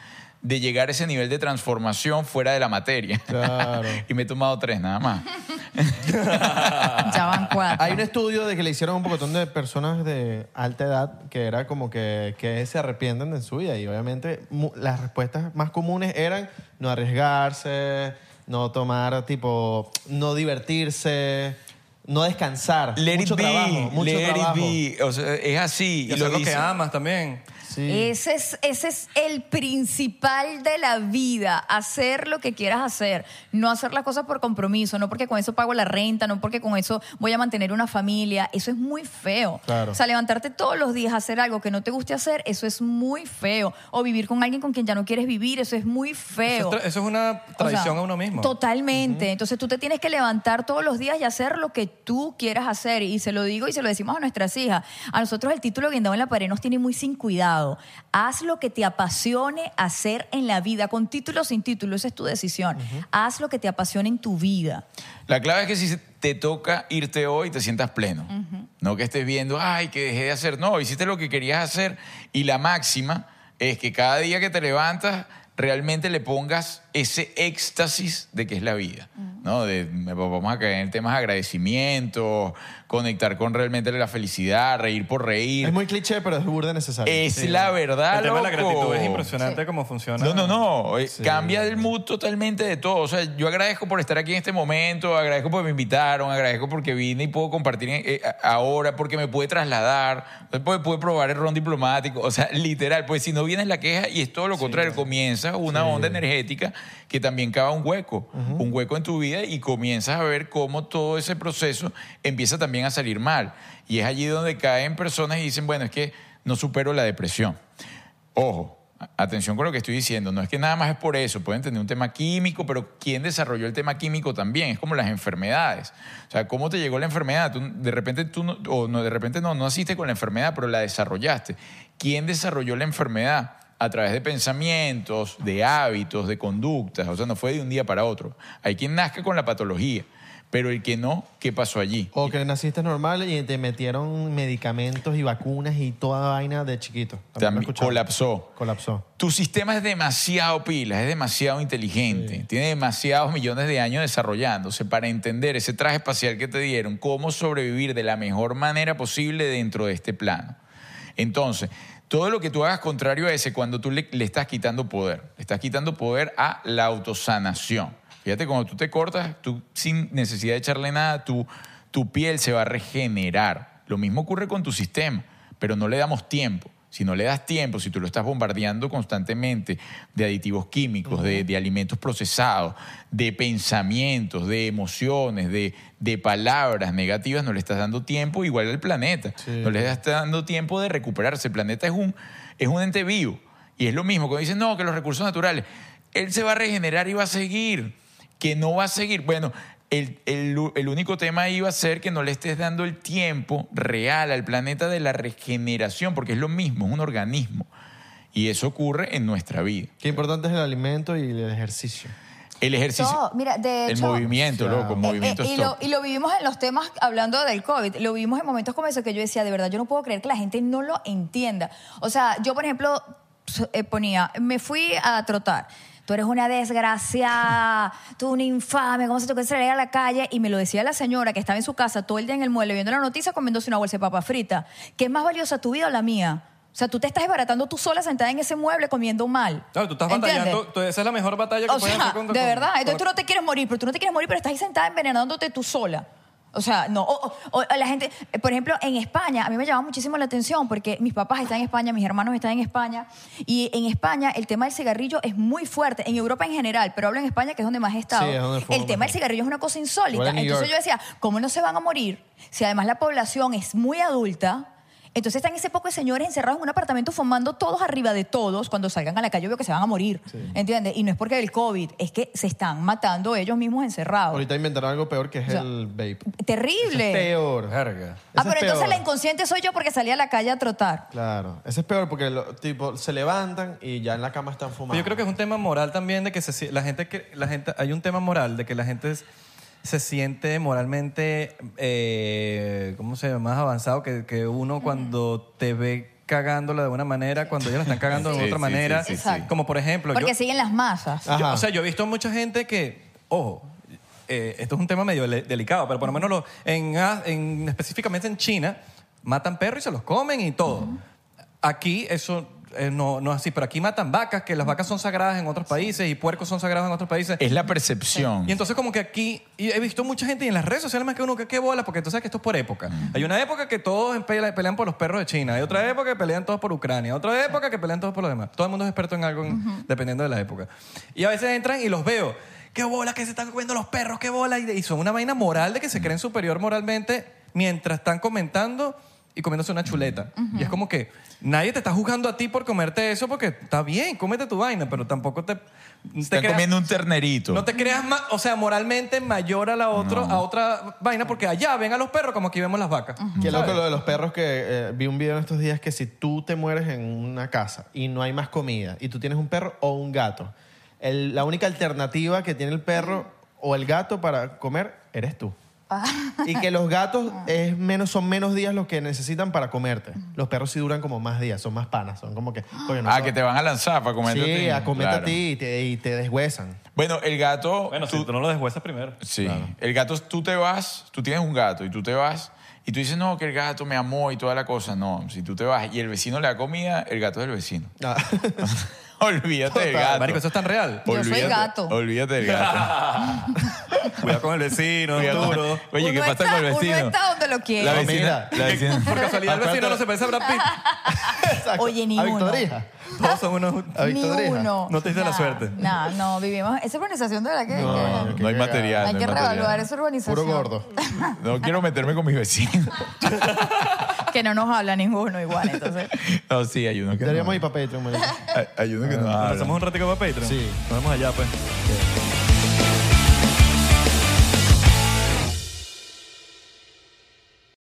S5: de llegar a ese nivel de transformación fuera de la materia.
S4: Claro.
S5: y me he tomado tres nada más.
S6: Ya van cuatro.
S4: Hay un estudio de que le hicieron un pocotón de personas de alta edad que era como que, que se arrepienten de su vida y obviamente mu- las respuestas más comunes eran no arriesgarse, no tomar tipo, no divertirse, no descansar,
S5: Let
S4: mucho
S5: it be,
S4: trabajo, mucho
S5: let
S4: trabajo.
S5: it be. O sea, es así.
S3: Y hacer lo que
S5: dicen.
S3: amas también.
S4: Sí.
S6: Ese, es, ese es el principal de la vida, hacer lo que quieras hacer, no hacer las cosas por compromiso, no porque con eso pago la renta, no porque con eso voy a mantener una familia, eso es muy feo.
S4: Claro.
S6: O sea, levantarte todos los días a hacer algo que no te guste hacer, eso es muy feo. O vivir con alguien con quien ya no quieres vivir, eso es muy
S3: Eso
S6: feo.
S3: es, tra- eso es una
S6: O sea,
S3: traición a uno mismo.
S6: Totalmente. Entonces tú te tienes que levantar todos los días y hacer lo que tú quieras hacer. Y se lo digo y se lo decimos a nuestras hijas. A nosotros el título guindado en la pared nos tiene muy sin cuidado. Haz lo que te apasione hacer en la vida, con título o sin título, esa es tu decisión. Haz lo que te apasione en tu vida.
S5: La clave es que si te toca irte hoy, te sientas pleno. No que estés viendo, ay, que dejé de hacer. No, hiciste lo que querías hacer. Y la máxima es que cada día que te levantas, realmente le pongas ese éxtasis de que es la vida. ¿no? De, me- pues, vamos a caer en temas de agradecimiento, conectar con realmente la felicidad, reír por reír.
S4: Es muy cliché, pero es burda necesario.
S5: Es la verdad,
S3: El tema de la
S5: loco.
S3: gratitud es impresionante cómo funciona.
S5: No, no, no. Eh, Cambia el mood totalmente de todo. O sea, yo agradezco por estar aquí en este momento, agradezco porque me invitaron, agradezco porque vine y puedo compartir eh, a- ahora, porque me pude trasladar, porque pude probar el ron diplomático. O sea, literal, pues si no vienes la queja y es todo lo contrario, comienza una onda energética que también cava un hueco, un hueco en tu vida y comienzas a ver cómo todo ese proceso empieza también a salir mal. Y es allí donde caen personas y dicen, bueno, es que no supero la depresión. Ojo, a- atención con lo que estoy diciendo. No es que nada más es por eso. Pueden tener un tema químico, pero ¿quién desarrolló el tema químico también? Es como las enfermedades. O sea, ¿cómo te llegó la enfermedad? Tú, de repente tú no, o no, de repente no, no naciste con la enfermedad, pero la desarrollaste. ¿Quién desarrolló la enfermedad? A través de pensamientos, de hábitos, de conductas. O sea, no fue de un día para otro. Hay quien nazca con la patología, pero el que no, ¿qué pasó allí?
S4: O que naciste normal y te metieron medicamentos y vacunas y toda vaina de chiquito. También lo he
S5: También
S4: escuchado.
S5: colapsó.
S4: Colapsó.
S5: Tu sistema es demasiado pila, es demasiado inteligente, tiene demasiados millones de años desarrollándose para entender ese traje espacial que te dieron, cómo sobrevivir de la mejor manera posible dentro de este plano. Entonces, todo lo que tú hagas contrario a ese, cuando tú le, le estás quitando poder, le estás quitando poder a la autosanación. Fíjate, cuando tú te cortas, tú sin necesidad de echarle nada, tu, tu piel se va a regenerar. Lo mismo ocurre con tu sistema, pero no le damos tiempo. Si no le das tiempo, si tú lo estás bombardeando constantemente de aditivos químicos, de, de alimentos procesados, de pensamientos, de emociones, de, de palabras negativas, no le estás dando tiempo igual al planeta. No le estás dando tiempo de recuperarse. El planeta es un, es un ente vivo. Y es lo mismo cuando dicen, no, que los recursos naturales, él se va a regenerar y va a seguir, que no va a seguir. Bueno, el, el u- el único tema ahí va a ser que no le estés dando el tiempo real al planeta de la regeneración, porque es lo mismo, es un organismo. Y eso ocurre en nuestra vida.
S4: Qué importante es el alimento y el ejercicio.
S5: El ejercicio,
S6: Todo, mira, de
S5: el
S6: hecho-
S5: movimiento,
S4: Claro.
S5: loco,
S6: Eh,
S5: movimiento
S6: eh, y, lo,
S5: stop.
S6: y lo vivimos en los temas, hablando del COVID, lo vivimos en momentos como esos que yo decía, de verdad, yo no puedo creer que la gente no lo entienda. O sea, yo, por ejemplo, so- eh, ponía, me fui a trotar. Tú eres una desgraciada, tú una infame, ¿cómo se te ocurre salir a la calle? Y me lo decía la señora que estaba en su casa todo el día en el mueble viendo la noticia comiéndose una bolsa de papa frita. ¿Qué es más valiosa, tu vida o la mía? O sea, tú te estás desbaratando tú sola sentada en ese mueble comiendo mal.
S3: Claro, tú estás
S6: ¿Entiendes?
S3: batallando. tú- esa es la mejor batalla que
S6: O
S3: puedes
S6: sea,
S3: hacer con
S6: de
S3: con-
S6: verdad.
S3: con-
S6: Entonces tú no te quieres morir, pero tú no te quieres morir, pero estás ahí sentada envenenándote tú sola. O sea, no. O, o- o la gente, eh, por ejemplo, en España, a mí me llamaba muchísimo la atención porque mis papás están en España, mis hermanos están en España. Y en España el tema del cigarrillo es muy fuerte. En Europa en general, pero hablo en España, que es donde más he estado.
S4: Sí, es donde fue
S6: el
S4: más
S6: tema del
S4: fuerte.
S6: cigarrillo es una cosa insólita.
S4: Igual en New
S6: Entonces
S4: York.
S6: yo decía, ¿cómo no se van a morir si además la población es muy adulta? Entonces están ese poco de señores encerrados en un apartamento fumando todos arriba de todos. Cuando salgan a la calle veo que se van a morir. ¿Entiendes? Y no es porque el COVID, es que se están matando ellos mismos encerrados.
S4: Ahorita inventaron algo peor que es
S6: O sea,
S4: el vape. Eso
S6: Terrible.
S4: es peor.
S3: Verga.
S4: Ese
S6: Ah, pero
S4: es
S6: entonces
S4: peor.
S6: la inconsciente soy yo porque salí a la calle a trotar.
S4: Claro. Ese es peor porque lo- tipo, se levantan y ya en la cama están fumando.
S3: Yo creo que es un tema moral también de que se si- la gente que la gente hay un tema moral de que la gente es- se siente moralmente eh, ¿cómo se llama? más avanzado que, que uno cuando te ve cagándola de una manera cuando ellos la están cagando de
S5: Sí,
S3: otra
S5: sí,
S3: manera
S5: sí,
S6: sí, sí.
S3: como por ejemplo yo-
S6: Porque siguen las masas.
S4: Ah.
S3: yo-
S4: Ajá.
S3: o sea yo he visto mucha gente que ojo eh, esto es un tema medio le- delicado pero por lo menos lo- en, A- en- específicamente en China matan perros y se los comen y todo aquí eso eh, no, no es así, pero aquí matan vacas, que las vacas son sagradas en otros países y puercos son sagrados en otros países.
S5: Es la percepción.
S3: Y entonces como que aquí, y he visto mucha gente y en las redes sociales más que uno que qué bola, porque tú sabes que esto es por época. Hay una época que todos pele- pelean por los perros de China, hay otra época que pelean todos por Ucrania, otra época que pelean todos por los demás. Todo el mundo es experto en algo en- dependiendo de la época. Y a veces entran y los veo. Qué bola que se están comiendo los perros, qué bola. Y, de- y son una vaina moral de que se creen superior moralmente mientras están comentando y comiéndose una chuleta. Y es como que nadie te está juzgando a ti por comerte eso porque está bien, cómete tu vaina, pero tampoco te...
S5: Están
S3: te creas-
S5: comiendo un ternerito.
S3: no te creas, ma- o sea, moralmente mayor a la otro, a otra vaina, porque allá ven a los perros como aquí vemos las vacas.
S4: Qué loco
S3: ¿Sabes?
S4: lo de los perros que eh, vi un video en estos días que si tú te mueres en una casa y no hay más comida y tú tienes un perro o un gato, el- la única alternativa que tiene el perro o el gato para comer eres tú. Y que los gatos es menos, son menos días los que necesitan para comerte. Los perros sí duran como más días, son más panas, son como que... coño, no
S5: ah,
S4: son-
S5: que te van a lanzar para comer
S4: Sí, a comerte
S5: Claro.
S4: a ti y te, y te deshuesan.
S5: Bueno, el gato.
S3: Bueno,
S5: tú-
S3: si tú no lo deshuesas primero.
S5: Sí. El gato, tú te vas, tú tienes un gato y tú te vas y tú dices, no, que el gato me amó y toda la cosa. No, si tú te vas y el vecino le da comida, el gato es el vecino.
S4: Ah.
S5: Olvídate del gato.
S3: Marico, eso es tan real.
S6: Yo soy gato.
S5: Olvídate del gato.
S3: Cuidado con el vecino,
S5: Cuidado.
S3: duro.
S5: Oye, ¿qué
S6: Uno
S5: pasa con el
S6: está- uno
S5: vecino?
S6: está donde lo quiere.
S5: La
S4: No,
S5: vecina.
S4: mira.
S5: La
S3: Por
S5: vecina.
S3: casualidad el vecino no se parece a Brad Pitt.
S4: Exacto.
S6: Oye, ni
S4: a
S6: uno.
S4: Victorija.
S3: Todos son unos...
S4: A
S6: Ni
S4: Víctor Drija.
S6: uno.
S3: No te diste la suerte.
S6: No, no, vivimos. Esa urbanización de la que. que-
S5: No, no hay
S4: qué
S5: material.
S6: hay
S5: no
S6: que
S5: hay material.
S6: revaluar esa urbanización.
S4: Puro gordo.
S5: No quiero meterme con mis vecinos.
S6: Que no nos habla ninguno igual, entonces.
S5: No, sí, hay uno que
S4: Deberíamos
S5: no.
S4: ir para Patreon, marico.
S5: Hay- Hay uno que no. habla.
S3: Pasamos un ratico para Patreon.
S4: Sí.
S3: Nos vemos allá, pues.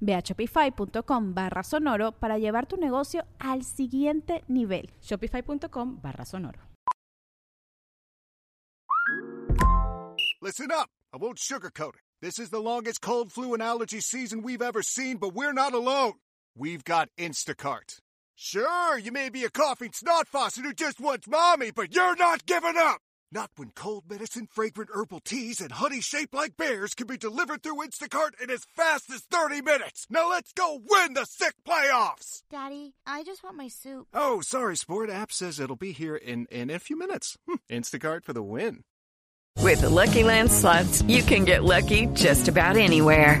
S1: Ve a shopify.com barra sonoro para llevar tu negocio al siguiente nivel.
S2: Shopify.com barra sonoro.
S7: Listen up. I won't sugarcoat it. This is the longest cold, flu, and allergy season we've ever seen, but we're not alone. We've got Instacart. Sure, you may be a coughing snot faucet who just wants mommy, but you're not giving up! Not when cold medicine, fragrant herbal teas, and honey shaped like bears can be delivered through Instacart in as fast as 30 minutes! Now let's go win the sick playoffs!
S8: Daddy, I just want my soup.
S7: Oh, sorry, Sport app says it'll be here in, in a few minutes. Hm, Instacart for the win.
S9: With the Lucky Land slots, you can get lucky just about anywhere.